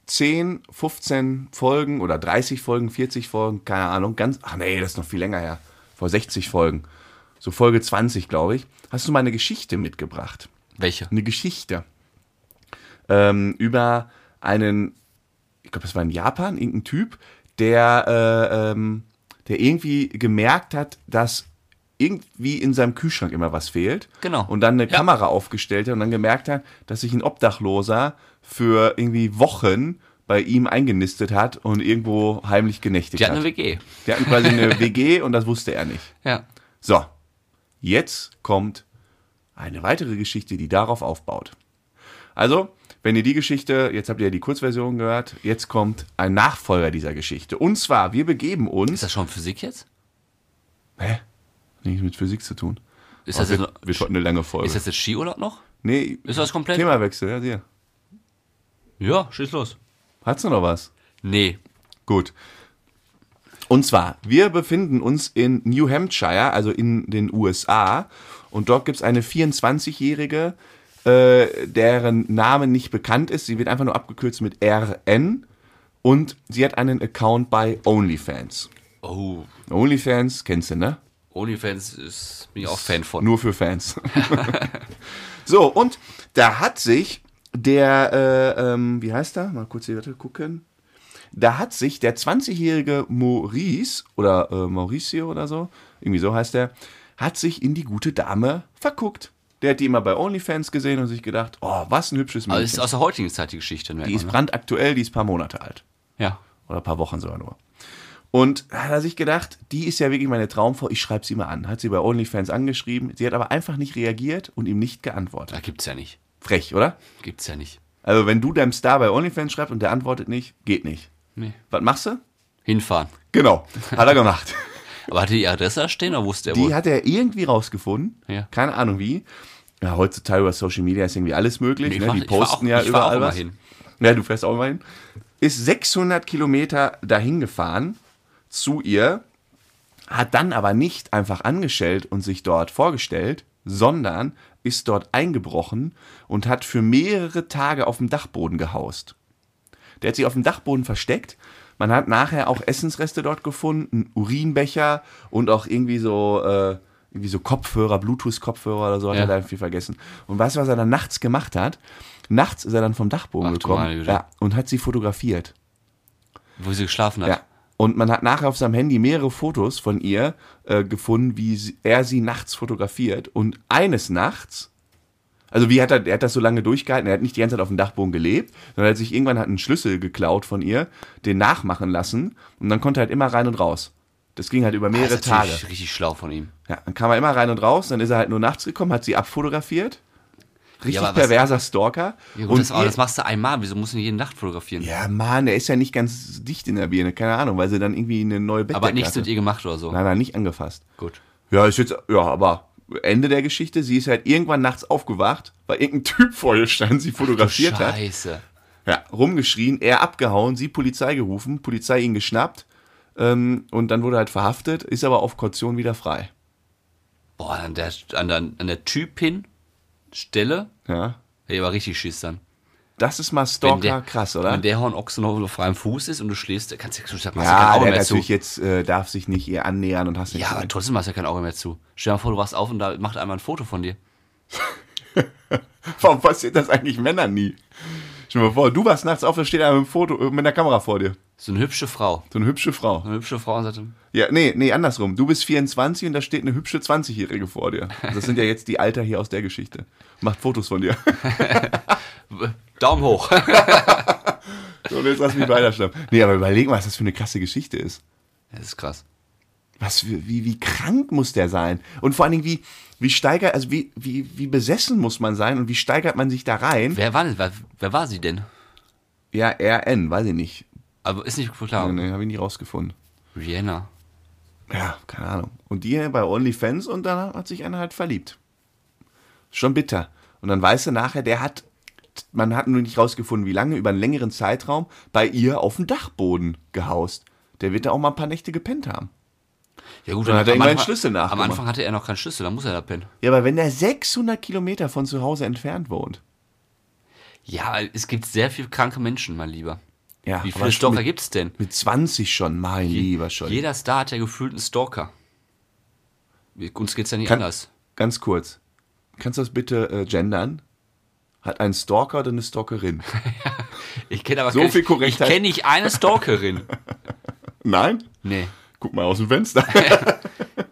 A: 10, 15 Folgen oder 30 Folgen, 40 Folgen, keine Ahnung, ganz, ach nee, das ist noch viel länger her, vor 60 Folgen, so Folge 20, glaube ich, hast du mal eine Geschichte mitgebracht.
B: Welche?
A: Eine Geschichte ähm, über einen, ich glaube, das war in Japan, irgendein Typ, der, äh, ähm, der irgendwie gemerkt hat, dass irgendwie in seinem Kühlschrank immer was fehlt.
B: Genau.
A: Und dann eine
B: Ja.
A: Kamera aufgestellt hat und dann gemerkt hat, dass sich ein Obdachloser für irgendwie Wochen bei ihm eingenistet hat und irgendwo heimlich genächtigt
B: Die hat
A: hat.
B: eine WG.
A: Die hatten quasi
B: (laughs)
A: eine WG und das wusste er nicht.
B: Ja.
A: So, jetzt kommt eine weitere Geschichte, die darauf aufbaut. Also, wenn ihr die Geschichte, jetzt habt ihr ja die Kurzversion gehört, jetzt kommt ein Nachfolger dieser Geschichte. Und zwar, wir begeben
B: Ist
A: uns.
B: das schon Physik jetzt?
A: Hä? Nichts mit Physik zu tun.
B: Ist das,
A: wir,
B: jetzt, noch,
A: wir hatten eine lange Folge.
B: ist das jetzt Skiurlaub noch?
A: nee,
B: Ist das komplett?
A: Themawechsel, ja, dir.
B: Ja, schieß los.
A: Hat's noch was?
B: Nee.
A: Gut. Und zwar, wir befinden uns in New Hampshire, also in den USA. Und dort gibt es eine 24-Jährige, äh, deren Name nicht bekannt ist. Sie wird einfach nur abgekürzt mit RN. Und sie hat einen Account bei OnlyFans.
B: Oh,
A: OnlyFans kennst du, ne?
B: OnlyFans ist, bin ich auch Fan von.
A: Nur für Fans. (laughs) so, und da hat sich der, äh, ähm, wie heißt er? Mal kurz hier warte, gucken. Da hat sich der 20-jährige Maurice oder äh, Mauricio oder so, irgendwie so heißt er, hat sich in die gute Dame verguckt. Der hat die immer bei OnlyFans gesehen und sich gedacht, oh, was ein hübsches
B: Aber
A: Mädchen.
B: es ist aus der heutigen Zeit die Geschichte. merkt
A: die
B: man,
A: ist
B: ne?
A: brandaktuell, die ist ein paar Monate alt
B: Ja.
A: oder ein paar Wochen sogar nur. Und da hat er sich gedacht, die ist ja wirklich meine Traumfrau, ich schreibe sie mal an. Hat sie bei OnlyFans angeschrieben, sie hat aber einfach nicht reagiert und ihm nicht geantwortet.
B: Da gibt's ja nicht.
A: Frech, oder?
B: Gibt's ja nicht.
A: Also wenn du deinem Star bei OnlyFans schreibst und der antwortet nicht, geht nicht.
B: Nee.
A: Was machst du?
B: Hinfahren.
A: Genau, hat er
B: (laughs)
A: gemacht.
B: Aber hatte die Adresse da stehen oder wusste er
A: Die
B: wohl?
A: hat er irgendwie rausgefunden,
B: Ja.
A: keine Ahnung wie. Ja, heutzutage über Social Media ist irgendwie alles möglich.
B: Nee, ich
A: ne?
B: fahr-
A: Die
B: ich fahr
A: posten
B: auch-
A: ja
B: ich fahr
A: überall
B: auch mal
A: was.
B: hin.
A: Ja, du fährst auch mal hin. Ist 600 Kilometer dahin gefahren zu ihr, hat dann aber nicht einfach angeschellt und sich dort vorgestellt, sondern ist dort eingebrochen und hat für mehrere Tage auf dem Dachboden gehaust. Der hat sich auf dem Dachboden versteckt. Man hat nachher auch Essensreste dort gefunden, einen Urinbecher und auch irgendwie so äh, irgendwie so Kopfhörer, Bluetooth-Kopfhörer oder so, hat
B: Ja.
A: er da irgendwie vergessen. Und weißt du, was er dann nachts gemacht hat? Nachts ist er dann vom Dachboden
B: Ach du meine
A: gekommen
B: Güte.
A: ja, und hat sie fotografiert.
B: Wo sie geschlafen hat.
A: Ja. Und man hat nachher auf seinem Handy mehrere Fotos von ihr äh, gefunden, wie sie, er sie nachts fotografiert. Und eines Nachts, also wie hat er, er hat das so lange durchgehalten, er hat nicht die ganze Zeit auf dem Dachboden gelebt, sondern er hat sich irgendwann hat einen Schlüssel geklaut von ihr, den nachmachen lassen und dann konnte er halt immer rein und raus. Das ging halt über mehrere
B: das Ah, ist
A: Tage.
B: natürlich Richtig schlau von ihm.
A: Ja, dann kam er immer rein und raus, dann ist er halt nur nachts gekommen, hat sie abfotografiert. Richtig
B: Ja, aber was-
A: perverser Stalker.
B: Ja, gut, das, aber
A: ihr-
B: das machst du einmal. Wieso musst du nicht jede Nacht fotografieren?
A: ja, Mann, er ist ja nicht ganz dicht in der Birne, keine Ahnung, weil sie dann irgendwie eine neue Bettdecke
B: aber nichts
A: hatte.
B: mit ihr gemacht oder so.
A: Nein, nein, nicht angefasst.
B: Gut.
A: Ja, ist jetzt, ja, aber Ende der Geschichte. Sie ist halt irgendwann nachts aufgewacht, weil irgendein Typ vor ihr stand, sie fotografiert hat.
B: Scheiße.
A: Ja, rumgeschrien, er abgehauen, sie Polizei gerufen, Polizei ihn geschnappt. Ähm, und dann wurde er halt verhaftet, ist aber auf Kaution wieder frei.
B: Boah, an der, an der, an der Typin Stelle.
A: Ja.
B: Hätte ich aber richtig Schiss dann.
A: Das ist mal
B: Wenn
A: Stalker
B: der-
A: krass, oder?
B: Wenn der Hornochse noch auf freiem Fuß ist und du schläfst, kannst du kannst du machst du kein
A: ja,
B: Auge
A: der
B: mehr zu.
A: natürlich jetzt äh, darf sich nicht ihr annähern und hast nicht.
B: Ja, aber trotzdem hast du ja kein Auge mehr zu. Stell dir mal vor, du wachst auf und da macht einmal ein Foto von dir.
A: Warum passiert das eigentlich Männern nie? Stell dir mal vor, du warst nachts auf, da steht einer mit, dem Foto, äh, mit einer Kamera vor dir.
B: So eine hübsche Frau.
A: So eine hübsche Frau.
B: So eine hübsche Frau und sagt,
A: Ja, nee, nee, andersrum. Du bist 24 und da steht eine hübsche 20-Jährige vor dir. Das sind ja jetzt die Alter hier aus der Geschichte. Macht Fotos von dir. (laughs)
B: Daumen hoch. (laughs)
A: So, Und jetzt lass mich weiterschlafen. Nee, aber überleg mal, was das für eine krasse Geschichte ist.
B: Das ist krass.
A: Was für, wie, wie krank muss der sein? Und vor allen Dingen, wie, wie steigert, also wie, wie, wie besessen muss man sein und wie steigert man sich da rein?
B: Wer war, denn, wer, wer war sie denn?
A: Ja, RN, weiß ich nicht.
B: Aber ist nicht klar.
A: Nee, habe ich nicht rausgefunden.
B: Rihanna.
A: Ja, keine Ahnung. Und die bei OnlyFans und dann hat sich einer halt verliebt. Schon bitter. Und dann weißt du nachher, der hat, man hat nur nicht rausgefunden, wie lange, über einen längeren Zeitraum bei ihr auf dem Dachboden gehaust. Der wird da auch mal ein paar Nächte gepennt haben.
B: Ja gut,
A: Dann hat er
B: am
A: irgendwann
B: Anfang-
A: einen Schlüssel
B: Am
A: nachgemacht.
B: Anfang hatte er noch keinen Schlüssel, dann muss er da pennen.
A: Ja, aber wenn der 600 Kilometer von zu Hause entfernt wohnt.
B: Ja, weil es gibt sehr viele kranke Menschen, mein Lieber.
A: Ja,
B: Wie
A: aber
B: viele Stalker
A: mit,
B: gibt's denn?
A: Mit 20 schon, mein Lieber schon.
B: Jeder Star hat ja gefühlt einen Stalker. Wir- Uns geht's ja nicht
A: Kann-
B: anders.
A: Ganz kurz. Kannst du das bitte äh, gendern? Hat ein Stalker oder eine
B: (laughs)
A: Stalkerin?
B: Ich kenne aber
A: So
B: kein-
A: viel
B: Ich
A: Korrektheit.
B: kenne
A: (laughs)
B: nicht eine Stalkerin.
A: Nein?
B: Nee.
A: Guck mal aus dem Fenster.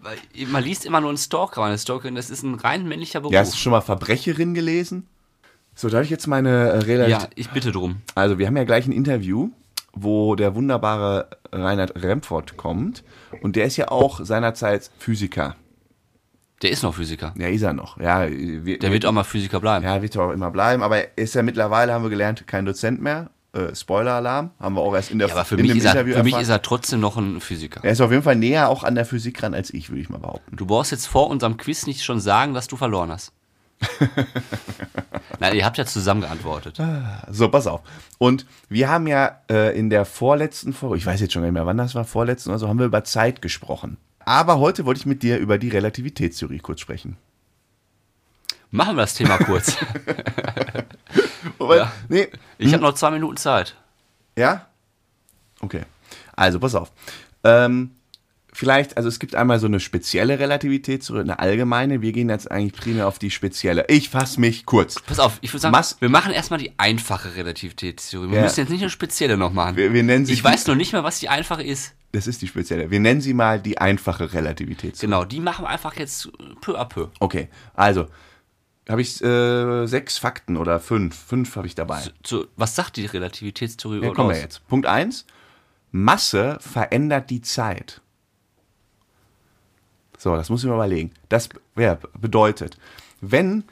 B: Weil Man liest immer nur einen Stalker, aber eine Stalkerin, das ist ein rein männlicher Beruf.
A: Ja, hast du schon mal Verbrecherin gelesen? Oh. So, darf ich jetzt meine äh, Relati-
B: Ja, ich bitte drum.
A: Also, wir haben ja gleich ein Interview, wo der wunderbare Reinhard Remford kommt. Und der ist ja auch seinerzeit Physiker.
B: Der ist noch Physiker.
A: Ja, ist er noch. Ja, wir,
B: Der wird auch mal Physiker bleiben.
A: ja, wird er auch immer bleiben. Aber er ist ja mittlerweile, haben wir gelernt, kein Dozent mehr. Äh, Spoiler-Alarm. Haben wir auch erst in der
B: Ja, aber für,
A: in
B: mich ist, er, für mich
A: erfahren.
B: ist er trotzdem noch ein Physiker.
A: er ist auf jeden Fall näher auch an der Physik ran als ich, würde ich mal behaupten.
B: Du brauchst jetzt vor unserem Quiz nicht schon sagen, dass du verloren
A: (laughs)
B: hast. Nein, ihr habt ja zusammen geantwortet.
A: So, pass auf. Und wir haben ja äh, in der vorletzten Folge, ich weiß jetzt schon gar nicht mehr, wann das war, vorletzten oder so, haben wir über Zeit gesprochen. Aber heute wollte ich mit dir über die Relativitätstheorie kurz sprechen.
B: Machen wir das Thema kurz.
A: Wobei,
B: Ja.
A: Nee,
B: Ich habe noch zwei Minuten Zeit.
A: ja? Okay. Also, pass auf. Ähm, vielleicht, also es gibt einmal so eine spezielle Relativitätstheorie, eine allgemeine. Wir gehen jetzt eigentlich primär auf die spezielle. Ich fasse mich kurz.
B: Pass auf, ich würde sagen,
A: Mas-
B: wir machen erstmal die einfache Relativitätstheorie. Wir
A: Ja.
B: müssen jetzt nicht eine spezielle noch machen.
A: Wir, wir nennen sie
B: ich
A: die-
B: weiß noch nicht mal, was die einfache ist.
A: Das ist die spezielle. Wir nennen sie mal die einfache Relativitätstheorie.
B: Genau, die machen wir einfach jetzt peu à peu.
A: Okay, also habe ich äh, sechs Fakten oder fünf. Fünf habe ich dabei.
B: Zu, was sagt die Relativitätstheorie
A: Ja,
B: überhaupt
A: kommen
B: aus?
A: wir jetzt. Punkt eins: Masse verändert die Zeit. So, das muss ich mir überlegen. Das ja, bedeutet, wenn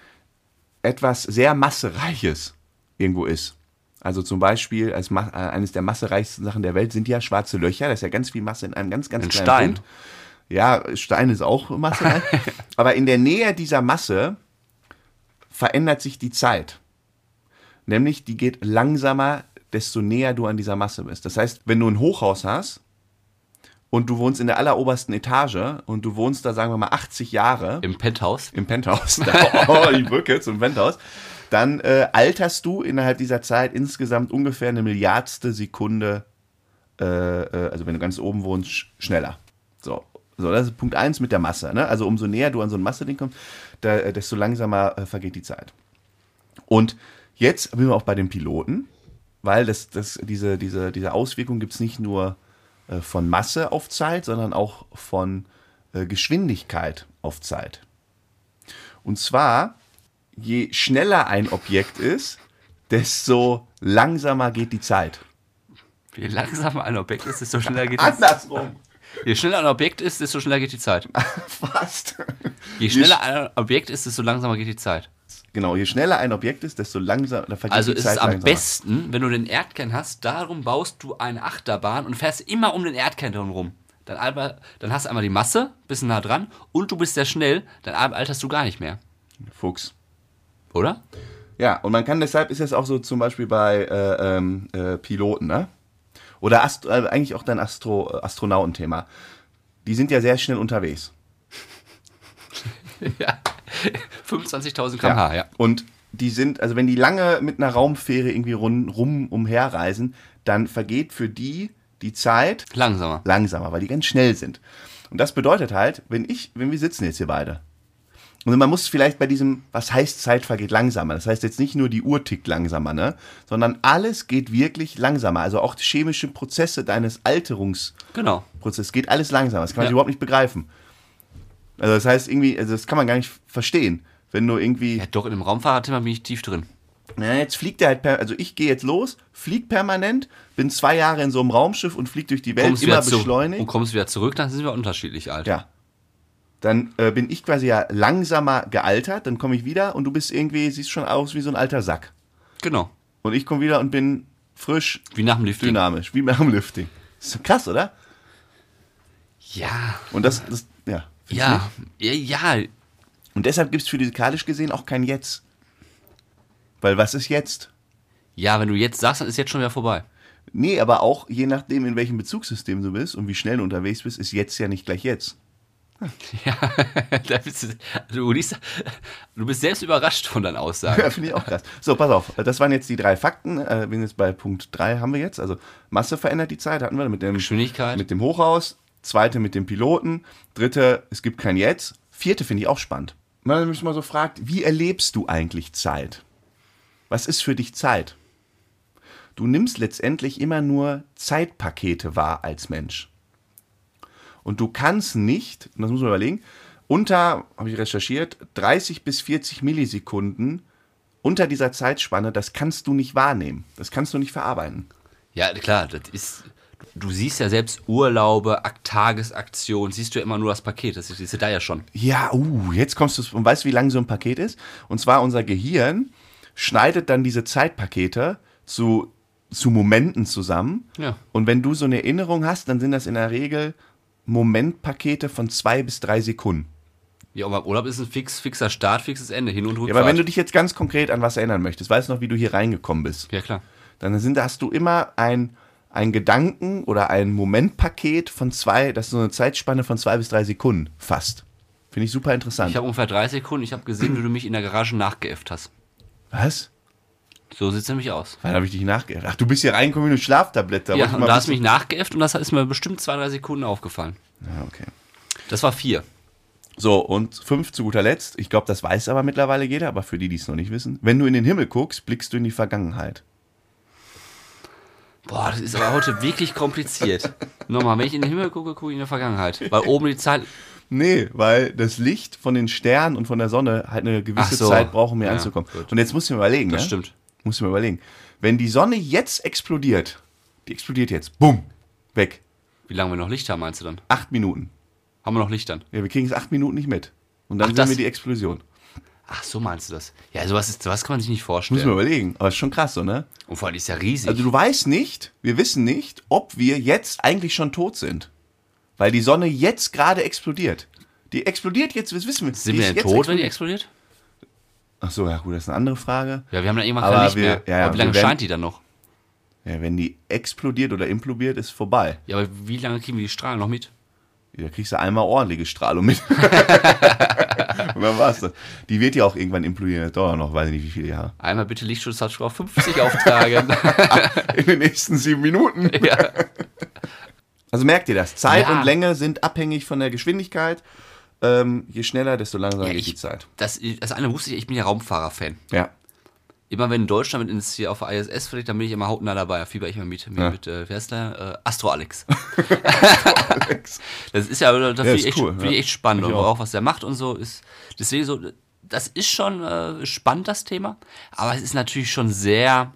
A: etwas sehr massereiches irgendwo ist, also zum Beispiel als Ma äh, eines der massereichsten Sachen der Welt sind ja schwarze Löcher, da ist ja ganz viel Masse in einem ganz, ganz
B: Ein
A: kleinen
B: Stein.
A: Punkt. Ja, Stein ist auch Masse. ne? aber in der Nähe dieser Masse verändert sich die Zeit. Nämlich, die geht langsamer, desto näher du an dieser Masse bist. Das heißt, wenn du ein Hochhaus hast und du wohnst in der allerobersten Etage und du wohnst da, sagen wir mal, 80 Jahre
B: Im Penthouse.
A: im Penthouse, (laughs) oh, die Brücke zum Penthouse, dann äh, alterst du innerhalb dieser Zeit insgesamt ungefähr eine Milliardste Sekunde, äh, äh, also wenn du ganz oben wohnst, sch schneller. So. So, das ist Punkt 1 mit der Masse. Ne? Also umso näher du an so ein Masse-Ding kommst, da, äh, desto langsamer äh, vergeht die Zeit. Und jetzt sind wir auch bei den Piloten, weil das, das, diese, diese, diese Auswirkung gibt es nicht nur äh, von Masse auf Zeit, sondern auch von äh, Geschwindigkeit auf Zeit. Und zwar, je schneller ein Objekt ist, desto langsamer geht die Zeit.
B: Je langsamer ein Objekt ist, desto schneller geht die Zeit.
A: Andersrum.
B: Je schneller ein Objekt ist, desto schneller geht die Zeit.
A: (laughs) Fast.
B: Je schneller ein Objekt ist, desto langsamer geht die Zeit.
A: Genau, je schneller ein Objekt ist, desto langsamer vergeht
B: Also
A: die
B: ist
A: Zeit
B: es am
A: langsamer.
B: besten, wenn du den Erdkern hast, darum baust du eine Achterbahn und fährst immer um den Erdkern drum rum. Dann, einmal, dann hast du einmal die Masse, bist nah dran und du bist sehr schnell, dann alterst du gar nicht mehr.
A: Fuchs.
B: Oder? (laughs)
A: Ja, und man kann deshalb ist das auch so zum Beispiel bei äh, ähm, äh, Piloten, ne? Oder Ast äh, eigentlich auch dein Astro äh, Astronautenthema. Die sind ja sehr schnell unterwegs.
B: ja. 25.000 km/h, ja.
A: Und die sind, also wenn die lange mit einer Raumfähre irgendwie rum, rum umherreisen, dann vergeht für die die Zeit
B: Langsamer.
A: langsamer, weil die ganz schnell sind. Und das bedeutet halt, wenn ich, wenn wir sitzen jetzt hier beide. Und man muss vielleicht bei diesem, was heißt Zeit vergeht langsamer. Das heißt jetzt nicht nur die Uhr tickt langsamer, ne? Sondern alles geht wirklich langsamer. Also auch die chemischen Prozesse deines Alterungsprozesses
B: Genau.
A: geht alles langsamer. Das kann man
B: Ja.
A: sich überhaupt nicht begreifen. Also das heißt irgendwie, also das kann man gar nicht verstehen. Wenn du irgendwie,
B: Ja, doch, in dem Raumfahrerthema bin ich tief drin.
A: na, jetzt fliegt der halt, per, also ich gehe jetzt los, flieg permanent, bin zwei Jahre in so einem Raumschiff und flieg durch die Welt, Äh, immer
B: zu-
A: beschleunigt.
B: und kommst wieder zurück, dann sind wir unterschiedlich alt.
A: Ja. Dann äh, bin ich quasi ja langsamer gealtert, dann komme ich wieder und du bist irgendwie, siehst schon aus wie so ein alter Sack.
B: Genau.
A: Und ich komme wieder und bin frisch,
B: Wie nach dem Lifting.
A: dynamisch, wie beim Lifting. Ist so krass, oder?
B: Ja.
A: Und das, das ja. findest du
B: Ja. ja. Ja.
A: nicht? Und deshalb gibt es physikalisch gesehen auch kein Jetzt. Weil was ist jetzt?
B: Ja, wenn du jetzt sagst, dann ist jetzt schon wieder vorbei.
A: Nee, aber auch je nachdem, in welchem Bezugssystem du bist und wie schnell du unterwegs bist, ist jetzt ja nicht gleich jetzt.
B: (laughs) Ja, da bist du, du, liest, du bist selbst überrascht von deinen
A: (laughs)
B: Aussagen.
A: Ja, finde ich auch krass. So, pass auf. Das waren jetzt die drei Fakten. Äh, Wir sind jetzt bei Punkt 3 haben wir jetzt. Also Masse verändert die Zeit, hatten wir mit dem
B: Geschwindigkeit.
A: mit dem Hochhaus, zweite mit dem Piloten, dritte, es gibt kein Jetzt, vierte finde ich auch spannend. Man hat mich mal so fragt, wie erlebst du eigentlich Zeit? Was ist für dich Zeit? Du nimmst letztendlich immer nur Zeitpakete wahr als Mensch. Und du kannst nicht, und das muss man überlegen, unter, habe ich recherchiert, 30 bis 40 Millisekunden unter dieser Zeitspanne, das kannst du nicht wahrnehmen. Das kannst du nicht verarbeiten.
B: Ja, klar, das ist. Du siehst ja selbst Urlaube, Ak- Tagesaktion, siehst du ja immer nur das Paket, das siehst du da ja schon.
A: Ja, uh, jetzt kommst du und weißt, wie lang so ein Paket ist? Und zwar unser Gehirn schneidet dann diese Zeitpakete zu, zu Momenten zusammen.
B: Ja.
A: Und wenn du so eine Erinnerung hast, dann sind das in der Regel Momentpakete von zwei bis drei Sekunden.
B: Ja, und beim Urlaub ist ein fix, fixer Start, fixes Ende, hin und rückwärts.
A: Ja, aber wenn du dich jetzt ganz konkret an was erinnern möchtest, weißt du noch, wie du hier reingekommen bist,
B: ja, klar.
A: dann sind, hast du immer ein, ein Gedanken oder ein Momentpaket von zwei, das ist so eine Zeitspanne von zwei bis drei Sekunden fast. Finde ich super interessant.
B: Ich habe ungefähr 30 Sekunden, ich habe gesehen, wie du mich in der Garage nachgeäfft hast.
A: was?
B: So sieht's nämlich aus.
A: Wann habe ich dich nachgedacht? Ach, du bist hier reingekommen wie eine Schlaftablette.
B: ja,
A: wollte ich
B: und da hast du
A: wissen-
B: mich nachgeäfft und das ist mir bestimmt zwei, drei Sekunden aufgefallen.
A: Ah, okay.
B: Das war vier.
A: So, und fünf zu guter Letzt. Ich glaube, das weiß aber mittlerweile jeder, aber für die, die es noch nicht wissen. Wenn du in den Himmel guckst, blickst du in die Vergangenheit.
B: Boah, das ist aber heute wirklich
A: (laughs)
B: kompliziert. Nochmal, wenn ich in den Himmel gucke, gucke ich in der Vergangenheit. Weil oben die Zeit.
A: Nee, weil das Licht von den Sternen und von der Sonne halt eine gewisse
B: Ach so.
A: Zeit braucht, um hier
B: Ja,
A: anzukommen.
B: gut.
A: Und jetzt musst du mir überlegen.
B: Das
A: ne?
B: stimmt.
A: Musst du mir überlegen. Wenn die Sonne jetzt explodiert, die explodiert jetzt, bumm, weg.
B: Wie lange wir noch Licht haben, meinst du dann?
A: Acht Minuten.
B: Haben wir noch Licht dann?
A: Ja, wir kriegen es acht Minuten nicht mit. Und dann
B: Ach,
A: sehen
B: das-
A: wir die Explosion.
B: Ach, so meinst du das? Ja, sowas, ist, sowas kann man sich nicht
A: Muss
B: vorstellen.
A: man überlegen. Aber ist schon krass, so, ne?
B: Und vor allem die ist ja riesig.
A: Also du weißt nicht, wir wissen nicht, ob wir jetzt eigentlich schon tot sind. Weil die Sonne jetzt gerade explodiert. Die explodiert jetzt, das wissen wir.
B: Sind
A: Die
B: wir
A: ist
B: denn
A: jetzt
B: tot, wenn die
A: explodiert.
B: explodiert?
A: Ach so, ja gut, das ist eine andere Frage.
B: Ja, wir haben dann irgendwann
A: Aber
B: kein Licht
A: wir-
B: mehr.
A: ja, ja,
B: aber wie
A: wir
B: lange
A: werden-
B: scheint die dann noch?
A: Ja, wenn die explodiert oder implodiert, ist vorbei.
B: Ja, aber wie lange kriegen wir die Strahlen noch mit?
A: Da kriegst du einmal ordentliche Strahlung mit. (laughs) Und dann war's das. Die wird ja auch irgendwann implodieren. Das dauert noch, weiß ich nicht, wie viele Jahre.
B: Einmal bitte
A: (laughs)
B: Lichtschutzhandschuhe auf 50 auftragen. (laughs)
A: In den nächsten sieben Minuten.
B: ja.
A: Also merkt ihr das. Zeit
B: Ja.
A: und Länge sind abhängig von der Geschwindigkeit. Ähm, je schneller, desto langsamer
B: Ja,
A: geht
B: ich-
A: die Zeit.
B: Das, das eine wusste ich, ich bin ja Raumfahrer-Fan.
A: Ja.
B: Immer wenn Deutschland mit ins hier auf der ISS fliegt, dann bin ich immer hautnah dabei. Da Fieber ich immer mit, mit,
A: Ja.
B: mit äh, wer ist da? Äh, Astro Alex.
A: (laughs)
B: das ist ja, da finde
A: ist
B: ich, echt-
A: cool,
B: finde
A: ja.
B: ich echt spannend.
A: Ich
B: Und
A: auch.
B: auch was der macht und so ist. Deswegen so, das ist schon äh, spannend, das Thema. Aber es ist natürlich schon sehr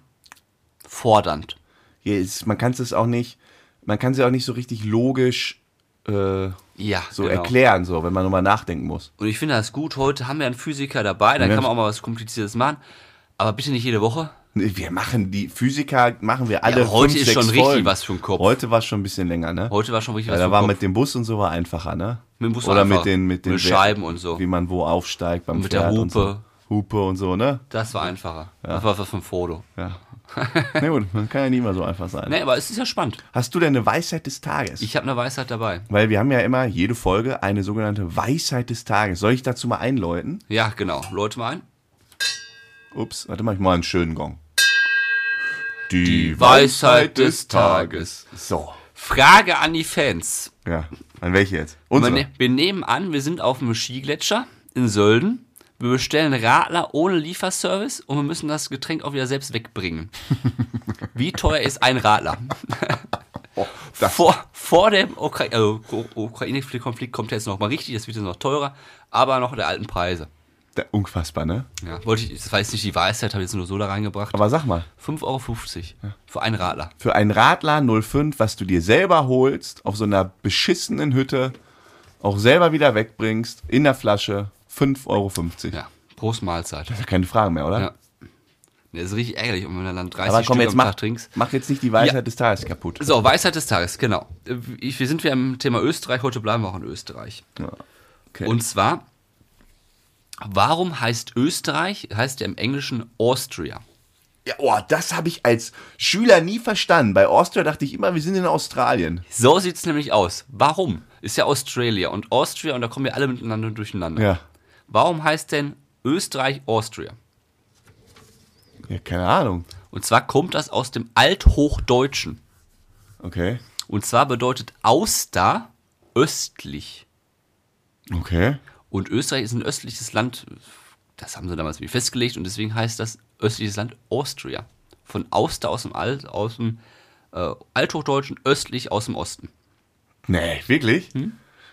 B: fordernd.
A: Hier ist, man kann es auch nicht, man kann es ja auch nicht so richtig logisch äh,
B: Ja,
A: so erklären, so, wenn man nochmal nachdenken muss.
B: Und ich finde das gut. Heute haben wir einen Physiker dabei, da
A: Ja.
B: kann man auch mal was Kompliziertes machen. Aber bitte nicht jede Woche.
A: Nee, Wir machen die Physiker, machen wir alle.
B: Ja, heute
A: fünf,
B: ist schon
A: sechs
B: richtig
A: Folgen.
B: was für den Kopf.
A: Heute war es schon ein bisschen länger, ne?
B: Heute war schon richtig
A: ja,
B: was
A: da
B: für
A: war
B: den Kopf.
A: mit dem Bus und so war einfacher, ne?
B: Mit dem Bus war
A: Oder mit
B: einfach.
A: den, mit den
B: Mit Scheiben und so.
A: Wie man wo aufsteigt beim
B: Und mit der
A: Pferd und so.
B: Hupe.
A: Hupe und so, ne?
B: Das war einfacher. Das war was vom Foto. (laughs)
A: Ja. Na gut, man kann ja nie immer so einfach sein.
B: Nee, aber es ist ja spannend.
A: Hast du denn eine Weisheit des Tages?
B: Ich habe eine Weisheit dabei.
A: Weil wir haben ja immer jede Folge eine sogenannte Weisheit des Tages. Soll ich dazu mal einläuten?
B: Ja, genau. Leute mal ein.
A: Ups, warte mal, ich mal einen schönen Gong. Die,
B: Weisheit des Tages.
A: So.
B: Frage an die Fans.
A: Ja, an welche jetzt?
B: Wir,
A: Unsere.
B: ne wir nehmen an, wir sind auf einem Skigletscher in Sölden. Wir bestellen Radler ohne Lieferservice und wir müssen das Getränk auch wieder
A: (laughs)
B: selbst wegbringen. Wie teuer ist ein Radler?
A: Oh, (laughs) das,
B: Vor, vor dem Ukra also, Ko- Ukraine-Konflikt kommt jetzt noch mal richtig, das wird jetzt noch teurer, aber noch der alten Preise.
A: da, unfassbar, ne?
B: Ja, wollte ich, das war jetzt nicht die Weisheit, habe ich jetzt nur so da reingebracht.
A: Aber sag mal,
B: 5,50 Euro für einen Radler.
A: für einen Radler 05, was du dir selber holst, auf so einer beschissenen Hütte, auch selber wieder wegbringst, in der Flasche, 5,50 Euro.
B: Ja, Prost Mahlzeit.
A: Keine Frage mehr, oder?
B: Ja. Das ist richtig ärgerlich, und wenn du dann 30
A: Aber komm,
B: Stück
A: jetzt
B: am
A: mach,
B: Tag trinkst.
A: mach jetzt nicht die Weisheit
B: Ja.
A: des Tages kaputt.
B: So, Weisheit des Tages, genau. Ich, wir sind wieder im Thema Österreich, heute bleiben wir auch in Österreich.
A: Ja. Okay.
B: Und zwar, warum heißt Österreich, heißt ja im Englischen Austria?
A: Ja, oh, das habe ich als Schüler nie verstanden. Bei Austria dachte ich immer, wir sind in Australien.
B: So sieht es nämlich aus. Warum? Ist ja Australia und Austria und da kommen wir alle miteinander durcheinander.
A: Ja.
B: Warum heißt denn Österreich Austria?
A: Ja, keine Ahnung.
B: Und zwar kommt das aus dem Althochdeutschen.
A: Okay.
B: Und zwar bedeutet Auster östlich.
A: Okay.
B: Und Österreich ist ein östliches Land, das haben sie damals irgendwie festgelegt und deswegen heißt das östliches Land Austria. Von Auster aus dem, Alt, aus dem äh, Althochdeutschen, östlich aus dem Osten.
A: Nee, wirklich?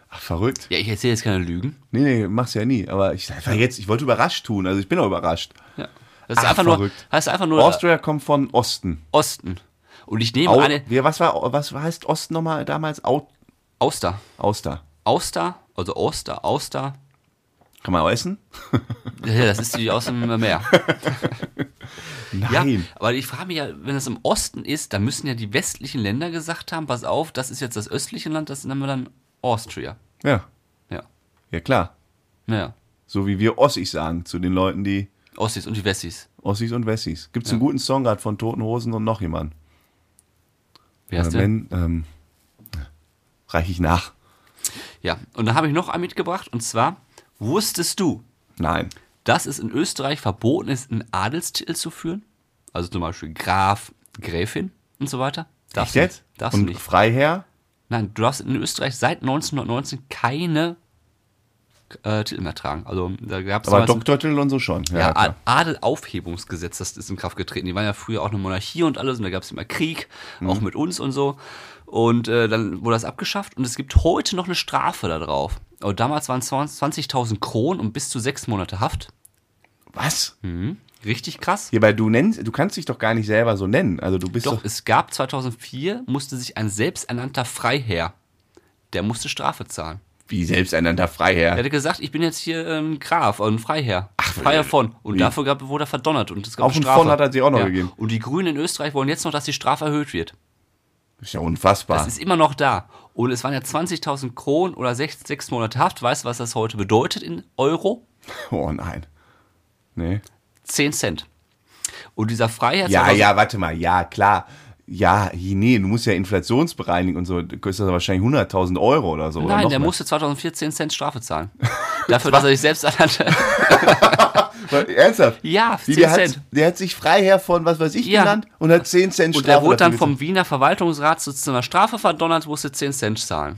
A: Ach, verrückt.
B: Ja, ich erzähle jetzt keine Lügen.
A: Nee, nee, mach's ja nie. Aber ich war jetzt, ich wollte überrascht tun. Also ich bin auch überrascht.
B: Ja. Das ist
A: Ach,
B: einfach
A: verrückt.
B: nur, das ist einfach nur äh,
A: Austria kommt von Osten.
B: Osten. Und ich nehme
A: Au,
B: eine
A: ja, was war, was heißt Osten nochmal damals? Au,
B: Auster.
A: Auster.
B: Auster, also Auster, Auster.
A: Kann man auch essen?
B: Ja, das ist die aus dem Meer. Ja,
A: Nein.
B: aber ich frage mich ja, wenn es im Osten ist, dann müssen ja die westlichen Länder gesagt haben, pass auf, das ist jetzt das östliche Land, das nennen wir dann Austria.
A: Ja. ja.
B: Ja,
A: klar.
B: naja.
A: So wie wir Ossis sagen zu den Leuten, die
B: Ossis und die Wessis.
A: Ossis und Wessis. Gibt's einen guten Song gerade von Toten Hosen und noch jemand?
B: Wer ist
A: Äh,
B: denn?
A: wenn, ähm, reich ich nach.
B: Ja, und dann habe ich noch einen mitgebracht und zwar, wusstest du,
A: Nein.
B: dass es in Österreich verboten ist, einen Adelstitel zu führen? Also zum Beispiel Graf, Gräfin und so weiter.
A: Echt
B: Darfst du
A: jetzt?
B: nicht. Darfst
A: Und
B: du nicht.
A: Freiherr?
B: Nein, du darfst in Österreich seit 1919 keine äh, Titel mehr tragen. Also da gab es
A: Aber Doktortitel und so schon.
B: ja, ah,
A: klar.
B: A- Adelaufhebungsgesetz, das ist in Kraft getreten. Die waren ja früher auch eine Monarchie und alles und da gab es immer Krieg,
A: Mhm.
B: auch mit uns und so. Und äh, dann wurde das abgeschafft und es gibt heute noch eine Strafe da drauf. Aber damals waren es 20.000 Kronen und bis zu sechs Monate Haft.
A: Was?
B: Richtig krass.
A: Hierbei, Hm. du nennst, du kannst dich doch gar nicht selber so nennen. Also du bist
B: Doch,
A: doch.
B: es gab 2004, musste sich ein selbsternannter Freiherr, der musste Strafe zahlen.
A: wie selbsternannter
B: Er
A: Freiherr.
B: hätte gesagt, ich bin jetzt hier ein Graf, ein Freiherr. Freiherr von. Und dafür gab, wurde er verdonnert. Und es gab
A: Auch
B: eine
A: ein
B: Strafe.
A: von hat er sich auch noch gegeben.
B: Und die Grünen in Österreich wollen jetzt noch, dass die Strafe erhöht wird.
A: Ist ja unfassbar.
B: Das ist immer noch da. Und es waren ja 20.000 Kronen oder sechs, sechs Monate Haft. Weißt du, was das heute bedeutet in Euro?
A: (laughs) oh nein. Nee.
B: 10 Cent. Und dieser Freiherr...
A: Ja,
B: 2000
A: ja, warte mal. Ja, klar. Ja, nee, du musst ja inflationsbereinigen und so. Du kostet das wahrscheinlich 100.000 Euro oder so. oder
B: Nein,
A: noch
B: der
A: mehr. (laughs)
B: musste 2014 Cent Strafe zahlen. Dafür, dass er sich selbst ernannte.
A: Ernsthaft?
B: Ja,
A: Die,
B: 10
A: der,
B: Cent.
A: hat, der hat sich Freiherr von was weiß ich
B: Ja.
A: genannt und hat 10 Cent
B: Und der
A: Strafe.
B: wurde dann
A: dafür
B: vom Wiener Verwaltungsrat zu zu einer Strafe verdonnert, musste 10 Cent
A: gezahlt.
B: zahlen.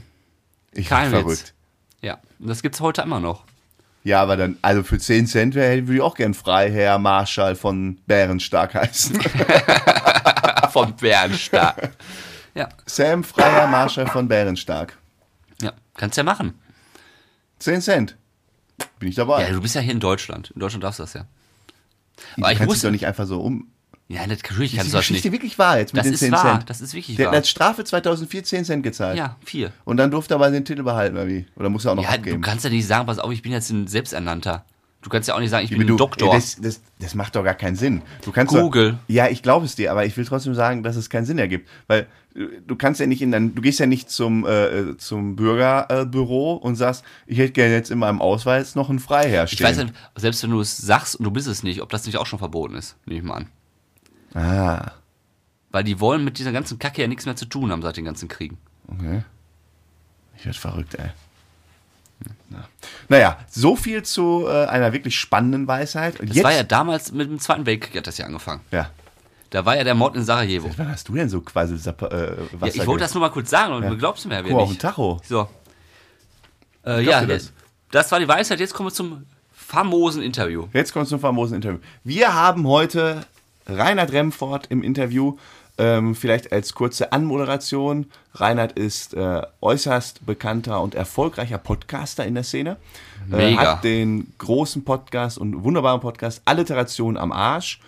A: ich
B: Kein
A: bin
B: Witz.
A: verrückt.
B: Ja, und das gibt es heute
A: (laughs)
B: immer noch.
A: Ja, aber dann, also für 10 Cent wäre, hätte- würde ich auch gern Freiherr Marschall von Bärenstark heißen. (laughs)
B: Vom Bärenstark. (laughs) ja,
A: Sam Freiherr Marschall von Bärenstark.
B: ja, kannst ja machen.
A: 10 Cent. Bin ich dabei.
B: Ja, du bist ja hier in Deutschland. In Deutschland darfst du das ja.
A: du
B: aber ich
A: kannst
B: muss-
A: dich doch nicht einfach so um.
B: Ja, natürlich
A: Ist
B: kannst
A: die
B: du das
A: Geschichte
B: nicht.
A: wirklich wahr jetzt mit
B: Das
A: den
B: ist
A: 10
B: wahr,
A: Cent?
B: das ist wirklich
A: der,
B: wahr.
A: Der hat Strafe 2004 10 Cent gezahlt.
B: Ja, vier.
A: Und dann durfte er aber den Titel behalten, oder wie? Oder muss er auch noch
B: Ja, du
A: abgeben?
B: kannst ja nicht sagen, pass auf, ich bin jetzt ein Selbsternannter. Du kannst ja auch nicht sagen, ich bin
A: du,
B: ein Doktor.
A: ey, Das, das, das macht doch gar keinen Sinn. Du kannst
B: Google.
A: Doch, ja, ich glaube es dir, aber ich will trotzdem sagen, dass es keinen Sinn ergibt. Weil äh, du kannst ja nicht in dein, du gehst ja nicht zum, äh, zum Bürgerbüro äh, Büro und sagst, ich hätte gerne jetzt in meinem Ausweis noch einen Freiherr
B: ich
A: stehen.
B: weiß nicht, selbst wenn du es sagst und du bist es nicht, ob das nicht auch schon verboten ist, nehme ich mal an.
A: Ah,
B: Weil die wollen mit dieser ganzen Kacke ja nichts mehr zu tun haben seit den ganzen Kriegen.
A: okay. Ich werd verrückt, ey. Na. Naja, so viel zu äh, einer wirklich spannenden Weisheit. Und
B: Das
A: jetzt,
B: war ja damals mit dem Zweiten Weltkrieg hat das ja angefangen.
A: ja.
B: Da war ja der Mord in Sarajevo.
A: Wann hast du denn so quasi Sapper, äh,
B: Ja,
A: Wasser
B: ich wollte
A: ge-
B: das nur mal kurz sagen und du glaubst mir ja
A: Guck mal,
B: wieder
A: auf den
B: nicht.
A: Tacho.
B: So. Äh, ja,
A: dir
B: das?
A: das?
B: war die Weisheit. Jetzt kommen wir zum famosen Interview.
A: Jetzt kommt zum famosen Interview. Wir haben heute Reinhard Remford im Interview. Ähm, vielleicht als kurze Anmoderation. Reinhard ist äh, äußerst bekannter und erfolgreicher Podcaster in der Szene. Äh,
B: Mega.
A: hat den großen Podcast und wunderbaren Podcast Alliteration am Arsch.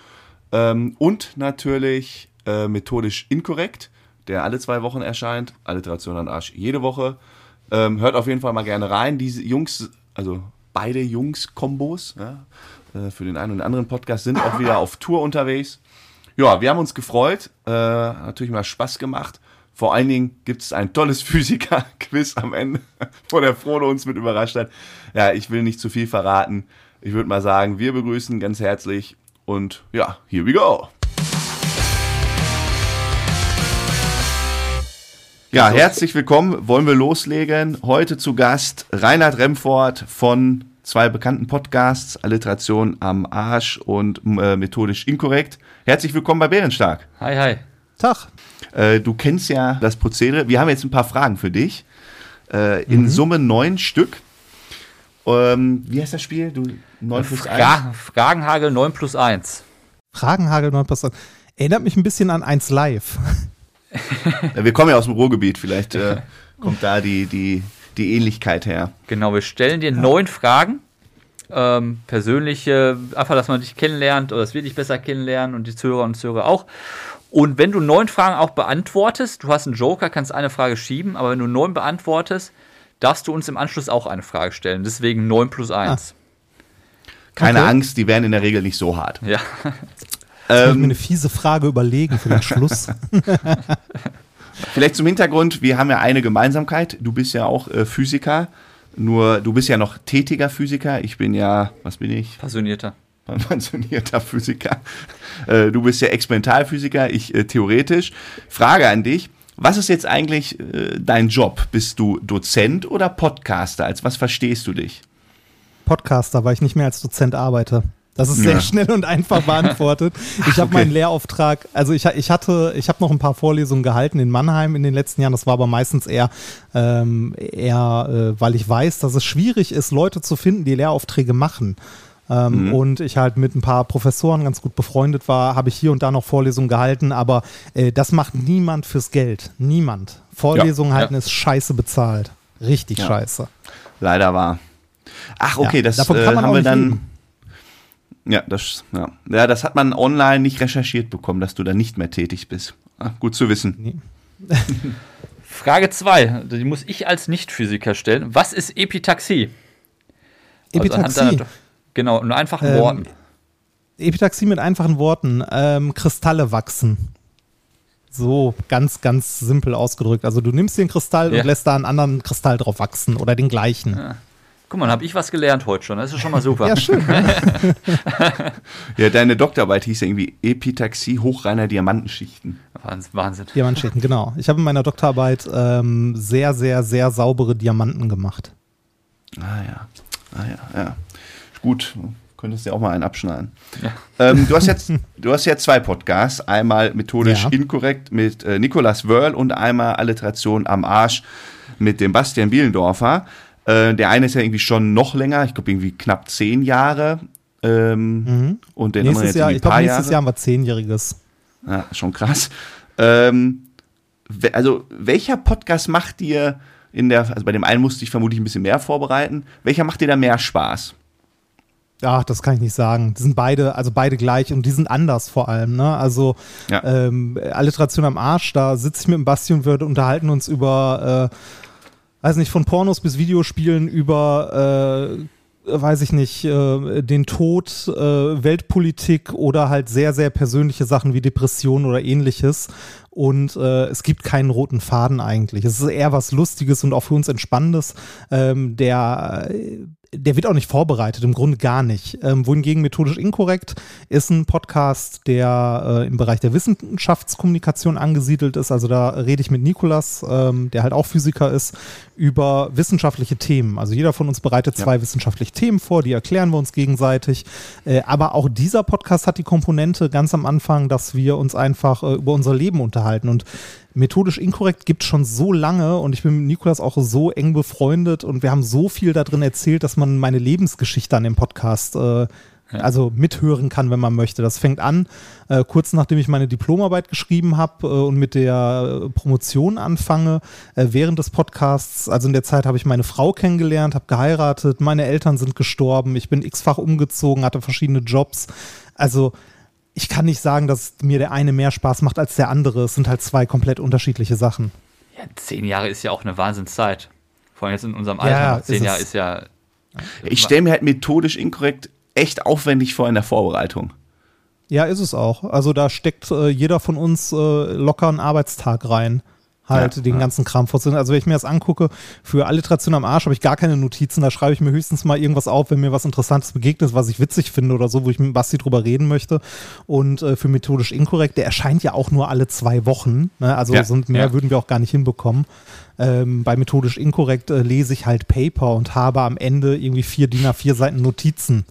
A: Ähm, und natürlich äh, methodisch inkorrekt, der alle zwei Wochen erscheint. Alliteration an Arsch jede Woche. Ähm, hört auf jeden Fall mal gerne rein. Diese Jungs, also beide Jungs-Kombos, ja, äh, für den einen und anderen Podcast sind auch wieder auf Tour unterwegs. Ja, wir haben uns gefreut. Äh, hat natürlich mal Spaß gemacht. Vor allen Dingen gibt es ein tolles (laughs) Physiker-Quiz am Ende, (laughs) wo der Frodo uns mit überrascht hat. Ja, ich will nicht zu viel verraten. Ich würde mal sagen, wir begrüßen ganz herzlich und ja, here we go. Ja, herzlich willkommen. Wollen wir loslegen? Heute zu Gast Reinhard Remford von zwei bekannten Podcasts, Alliteration am Arsch und äh, methodisch inkorrekt. Herzlich willkommen bei Bärenstark.
B: Hi, hi.
C: Tag.
A: Äh, du kennst ja das Prozedere. Wir haben jetzt ein paar Fragen für dich. Äh, in
D: Mhm.
A: Summe neun Stück. Ähm, wie heißt das Spiel? Du, neun plus eins?
D: Fra Fragenhagel 9 plus 1.
C: Fragenhagel 9 plus 1. Erinnert mich ein bisschen an 1 Live.
A: Äh, Wir kommen ja aus dem Ruhrgebiet.
D: (laughs)
A: Vielleicht äh, kommt da die, die, die Ähnlichkeit her.
D: Genau, wir stellen dir neun Fragen. Ähm, persönliche, einfach, dass man dich kennenlernt oder dass wir dich besser kennenlernen und die Zuhörer und Zuhörer auch. Und wenn du neun Fragen auch beantwortest, du hast einen Joker, kannst eine Frage schieben, aber wenn du neun beantwortest, darfst du uns im Anschluss auch eine Frage stellen. Deswegen 9 plus
C: Ah.
D: 1.
A: Keine
C: Okay.
A: Angst, die werden in der Regel nicht so hart.
D: Ja.
C: Jetzt
A: Ähm,
C: muss ich mir eine fiese Frage
A: (laughs)
C: überlegen für den Schluss.
A: Vielleicht zum Hintergrund, wir haben ja eine Gemeinsamkeit. Du bist ja auch äh, Physiker, nur du bist ja noch tätiger Physiker. Ich bin ja, was bin ich?
D: Passionierter.
A: Pensionierter Physiker. Äh, du bist ja Experimentalphysiker, ich äh, theoretisch. Frage an dich, was ist jetzt eigentlich äh, dein Job? Bist du Dozent oder Podcaster? Als was verstehst du dich?
C: Podcaster, weil ich nicht mehr als Dozent arbeite. Das ist sehr
A: Ja.
C: schnell und einfach beantwortet. Ich habe meinen Lehrauftrag, also ich, ha- ich hatte, ich habe noch ein paar Vorlesungen gehalten in Mannheim in den letzten Jahren. Das war aber meistens eher, ähm, eher äh, weil ich weiß, dass es schwierig ist, Leute zu finden, die Lehraufträge machen. Ähm, Und ich halt mit ein paar Professoren ganz gut befreundet war, habe ich hier und da noch Vorlesungen gehalten, aber äh, das macht niemand fürs Geld. Niemand. Vorlesungen
D: Ja.
C: halten ist scheiße bezahlt. Richtig
A: Ja.
C: scheiße.
A: Leider war. Ach, okay,
C: Ja,
A: das
C: davon
A: äh,
C: kann man
A: haben
C: auch
A: wir
C: nicht
A: dann.
C: leben.
A: Ja das, ja. ja, das hat man online nicht recherchiert bekommen, dass du da nicht mehr tätig bist. Ah, gut zu wissen.
D: Frage 2, die muss ich als Nicht-Physiker stellen. Was ist Epitaxie?
B: Also
D: Also
C: Epitaxie.
D: anhand deiner- genau, in einfachen
C: Ähm,
D: Worten.
C: Epitaxie mit einfachen Worten. Ähm, Kristalle wachsen. So ganz, ganz simpel ausgedrückt. Also du nimmst den Kristall
D: Ja.
C: und lässt da einen anderen Kristall drauf wachsen oder den gleichen.
D: Guck mal, habe ich was gelernt heute schon. Das ist schon mal super.
C: (laughs) Ja, schön.
A: Ja, deine Doktorarbeit hieß ja irgendwie Epitaxie hochreiner Diamantenschichten.
D: Wahnsinn. Wahnsinn.
C: Diamantschichten, genau. Ich habe in meiner Doktorarbeit ähm, sehr, sehr, sehr saubere Diamanten gemacht.
A: Ah ja, ah ja, ja. Gut, Könntest dir auch mal einen abschneiden. Ähm, du, hast jetzt, du hast jetzt zwei Podcasts. Einmal methodisch
C: Ja.
A: inkorrekt mit äh, Nicolas Wörl und einmal Alliteration am Arsch mit dem Bastian Bielendorfer. Äh, der eine ist ja irgendwie schon noch länger, ich glaube irgendwie knapp zehn Jahre. Ähm, Und der andere
C: Mhm. Nächstes
A: jetzt
C: Jahr,
A: irgendwie
C: ich glaube,
A: paar
C: nächstes Jahr
A: Jahre.
C: haben wir Zehnjähriges.
A: Ja, schon krass. Ähm, we- also, welcher Podcast macht dir in der, also bei dem einen musste ich vermutlich ein bisschen mehr vorbereiten, welcher macht dir da mehr Spaß?
C: Ach, das kann ich nicht sagen. Die sind beide, also beide gleich und die sind anders vor allem. Ne? Also
A: Ja.
C: ähm, Alliteration am Arsch, da sitze ich mit dem Basti und wir unterhalten uns über, äh, weiß nicht, von Pornos bis Videospielen, über, äh, weiß ich nicht, äh, den Tod, äh, Weltpolitik oder halt sehr, sehr persönliche Sachen wie Depressionen oder ähnliches. Und äh, es gibt keinen roten Faden eigentlich. Es ist eher was Lustiges und auch für uns Entspannendes. Ähm, der der wird auch nicht vorbereitet, im Grunde gar nicht. Ähm, wohingegen methodisch inkorrekt ist ein Podcast, der äh, im Bereich der Wissenschaftskommunikation angesiedelt ist. Also da rede ich mit Nikolas, ähm, der halt auch Physiker ist, über wissenschaftliche Themen. Also jeder von uns bereitet zwei wissenschaftliche Themen vor, die erklären wir uns gegenseitig. Äh, aber auch dieser Podcast hat die Komponente ganz am Anfang, dass wir uns einfach äh, über unser Leben unterhalten und Methodisch inkorrekt gibt schon so lange und ich bin mit Nikolas auch so eng befreundet und wir haben so viel da drin erzählt, dass man meine Lebensgeschichte an dem Podcast äh, also mithören kann, wenn man möchte. Das fängt an, äh, kurz nachdem ich meine Diplomarbeit geschrieben habe äh, und mit der äh, Promotion anfange. Äh, während des Podcasts, also in der Zeit, habe ich meine Frau kennengelernt, habe geheiratet, meine Eltern sind gestorben, ich bin x-fach umgezogen, hatte verschiedene Jobs. Also ich kann nicht sagen, dass mir der eine mehr Spaß macht als der andere. Es sind halt zwei komplett unterschiedliche Sachen.
D: Ja, zehn Jahre ist ja auch eine Wahnsinnszeit. Vor allem jetzt in unserem
C: Ja,
D: Alter.
C: ja,
D: zehn
C: ist
D: Jahre
C: es.
D: ist ja.
A: Ich stelle mir halt methodisch inkorrekt echt aufwendig vor in der Vorbereitung.
C: Ja, ist es auch. Also da steckt äh, jeder von uns äh, locker einen Arbeitstag rein. Halt
A: Ja,
C: den ganzen Kram vorzunehmen. Also wenn ich mir das angucke, für Alliteration am Arsch habe ich gar keine Notizen. Da schreibe ich mir höchstens mal irgendwas auf, wenn mir was Interessantes begegnet, was ich witzig finde oder so, wo ich mit Basti drüber reden möchte. Und äh, für methodisch inkorrekt, der erscheint ja auch nur alle zwei Wochen. Ne? Also
A: Ja,
C: so mehr
D: ja.
C: würden wir auch gar nicht hinbekommen. Ähm, bei methodisch inkorrekt äh, lese ich halt Paper und habe am Ende irgendwie vier DIN A4 Seiten Notizen,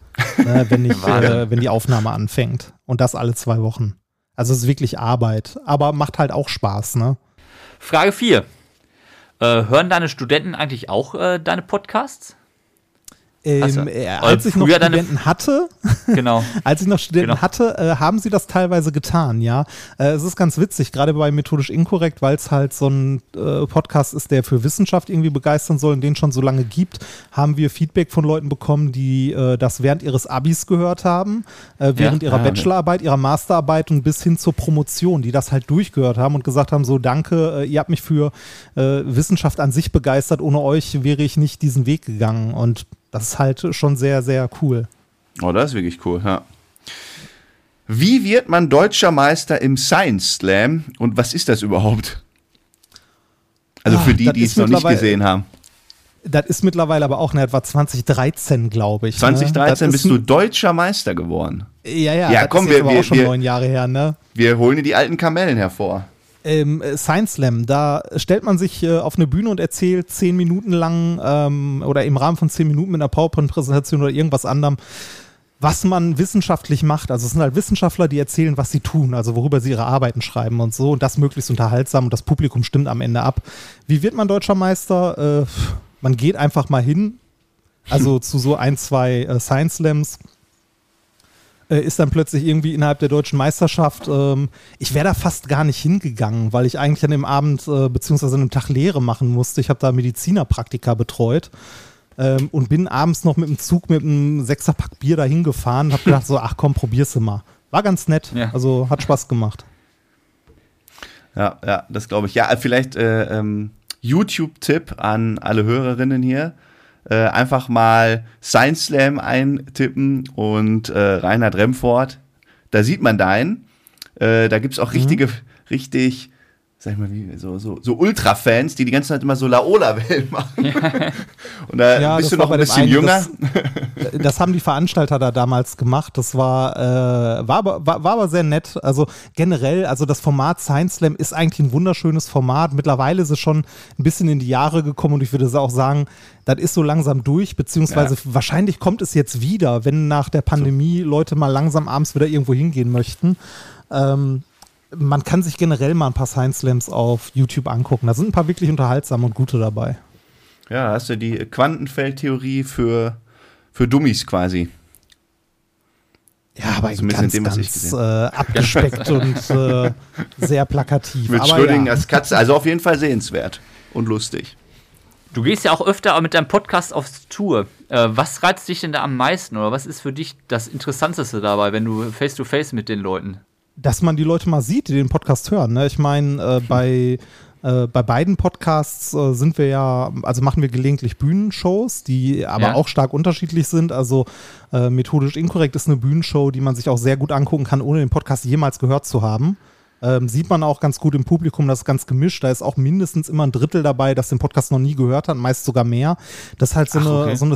C: ne, wenn, ich, äh, wenn die Aufnahme anfängt. Und das alle zwei Wochen. Also es ist wirklich Arbeit, aber macht halt auch Spaß, ne?
D: Frage 4. Äh, hören deine Studenten eigentlich auch äh, deine
C: (laughs)
D: Podcasts? Hast du-
C: Ähm, äh, als
D: Oder
C: ich noch
D: früher deine-
C: Studenten hatte,
D: Genau.
C: (laughs) Als ich noch Studenten
D: Genau.
C: hatte, äh, haben sie das teilweise getan, ja. Äh, es ist ganz witzig, gerade bei Methodisch Inkorrekt, weil es halt so ein äh, Podcast ist, der für Wissenschaft irgendwie begeistern soll und den schon so lange gibt, haben wir Feedback von Leuten bekommen, die äh, das während ihres Abis gehört haben, äh, während ihrer
A: ah, ne.
C: Bachelorarbeit, ihrer Masterarbeit und bis hin zur Promotion, die das halt durchgehört haben und gesagt haben, so danke, äh, ihr habt mich für äh, Wissenschaft an sich begeistert, ohne euch wäre ich nicht diesen Weg gegangen und das ist halt schon sehr, sehr cool.
A: Oh, das ist wirklich cool, ja. Wie wird man deutscher Meister im Science Slam und was ist das überhaupt? Also
C: Ah,
A: für die,
C: das
A: die es
C: ist
A: noch nicht
C: mittlerweile-
A: gesehen haben.
C: Das ist mittlerweile aber auch in etwa 2013, glaube ich. ne? Das
A: 2013
C: ist
A: bist du deutscher Meister geworden.
C: Ja, ja,
A: Ja,
C: das
A: komm,
C: ist
A: wir-
C: jetzt aber
A: wir-
C: auch schon
A: wir-
C: neun Jahre her, ne?
A: Wir holen dir die alten Kamellen hervor.
C: ähm, äh, Science Slam, da stellt man sich äh, auf eine Bühne und erzählt zehn Minuten lang ähm, oder im Rahmen von zehn Minuten mit einer PowerPoint-Präsentation oder irgendwas anderem, was man wissenschaftlich macht. Also es sind halt Wissenschaftler, die erzählen, was sie tun, also worüber sie ihre Arbeiten schreiben und so und das möglichst unterhaltsam und das Publikum stimmt am Ende ab. Wie wird man deutscher Meister? Äh, pff, man geht einfach mal hin, also zu so ein, zwei äh, Science Slams äh, ist dann plötzlich irgendwie innerhalb der deutschen Meisterschaft. Ähm, ich wäre da fast gar nicht hingegangen, weil ich eigentlich an dem Abend äh, beziehungsweise an dem Tag Lehre machen musste. Ich habe da Medizinerpraktika betreut ähm, und bin abends noch mit dem Zug mit einem Sechserpack Bier dahin gefahren und habe gedacht so, ach komm, probier's mal. War ganz nett,
D: Ja.
C: also hat Spaß gemacht.
A: Ja, ja, das glaube ich. Ja, vielleicht äh, ähm, YouTube-Tipp an alle Hörerinnen hier. Äh, einfach mal Science Slam eintippen und äh, Reinhard
C: Mhm.
A: Remford. Da sieht man deinen. Äh, da gibt es auch richtige, richtig sag ich mal, wie, so, so, so Ultra-Fans, die die ganze Zeit immer so Laola-Wellen (laughs) machen. Und da
C: Ja,
A: Äh, bist du
C: das war
A: noch
C: bei
A: ein
C: dem
A: bisschen
C: einen,
A: jünger.
C: Das haben die Veranstalter da damals gemacht. Das war, äh, war, aber, war, war aber sehr nett. Also generell, also das Format Science Slam ist eigentlich ein wunderschönes Format. Mittlerweile ist es schon ein bisschen in die Jahre gekommen und ich würde auch sagen, das ist so langsam durch, beziehungsweise wahrscheinlich kommt es jetzt wieder, wenn nach der Pandemie Leute mal langsam abends wieder irgendwo hingehen möchten. Ähm, man kann sich generell mal ein paar Science Slams auf YouTube angucken. Da sind ein paar wirklich unterhaltsame und gute dabei.
A: Ja, hast du die Quantenfeldtheorie für, für Dummies quasi.
C: Ja, aber
A: Also Zumindest
C: ganz,
A: in dem, was ich
C: ganz
A: gesehen
C: äh,
A: (laughs)
C: abgespeckt und äh, sehr plakativ.
A: Mit
C: aber
A: Schrödingen
C: ja.
A: als Katze. Also auf jeden Fall sehenswert und lustig.
D: Du gehst ja auch öfter mit deinem Podcast auf Tour. Äh, was reizt dich denn da am meisten oder was ist für dich das Interessanteste dabei, wenn du face to face mit den Leuten?
C: Dass man die Leute mal sieht, die den Podcast hören. Ne? Ich meine, äh, bei, äh, bei beiden Podcasts äh, sind wir ja, also machen wir gelegentlich Bühnenshows, die aber
D: Ja.
C: auch stark unterschiedlich sind. Also äh, methodisch inkorrekt ist eine Bühnenshow, die man sich auch sehr gut angucken kann, ohne den Podcast jemals gehört zu haben. Ähm, sieht man auch ganz gut im Publikum, das ist ganz gemischt. Da ist auch mindestens immer ein Drittel dabei, das den Podcast noch nie gehört hat, meist sogar mehr. Das ist halt so,
A: Ach,
C: eine,
A: okay.
C: so eine,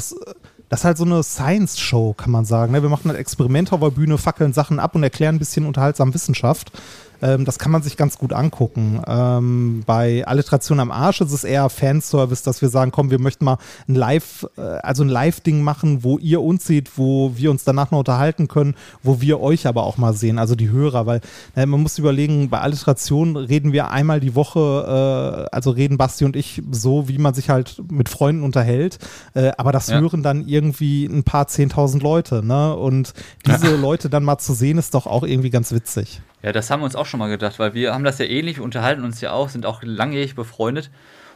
C: das ist halt so eine Science-Show, kann man sagen. ne? Wir machen halt Experimente auf der Bühne, fackeln Sachen ab und erklären ein bisschen unterhaltsam Wissenschaft. Ähm, das kann man sich ganz gut angucken. Ähm, bei Alliteration am Arsch ist es eher Fanservice, dass wir sagen, komm, wir möchten mal ein Live, äh, also ein Live-Ding machen, wo ihr uns seht, wo wir uns danach noch unterhalten können, wo wir euch aber auch mal sehen, also die Hörer, weil äh, man muss überlegen, bei Alliteration reden wir einmal die Woche, äh, also reden Basti und ich so, wie man sich halt mit Freunden unterhält, äh, aber das
D: Ja.
C: hören dann irgendwie ein paar zehntausend Leute, ne? Und diese Leute dann mal zu sehen, ist doch auch irgendwie ganz witzig.
D: Ja, das haben wir uns auch schon mal gedacht, weil wir haben das ja ähnlich, wir unterhalten uns ja auch, sind auch langjährig befreundet.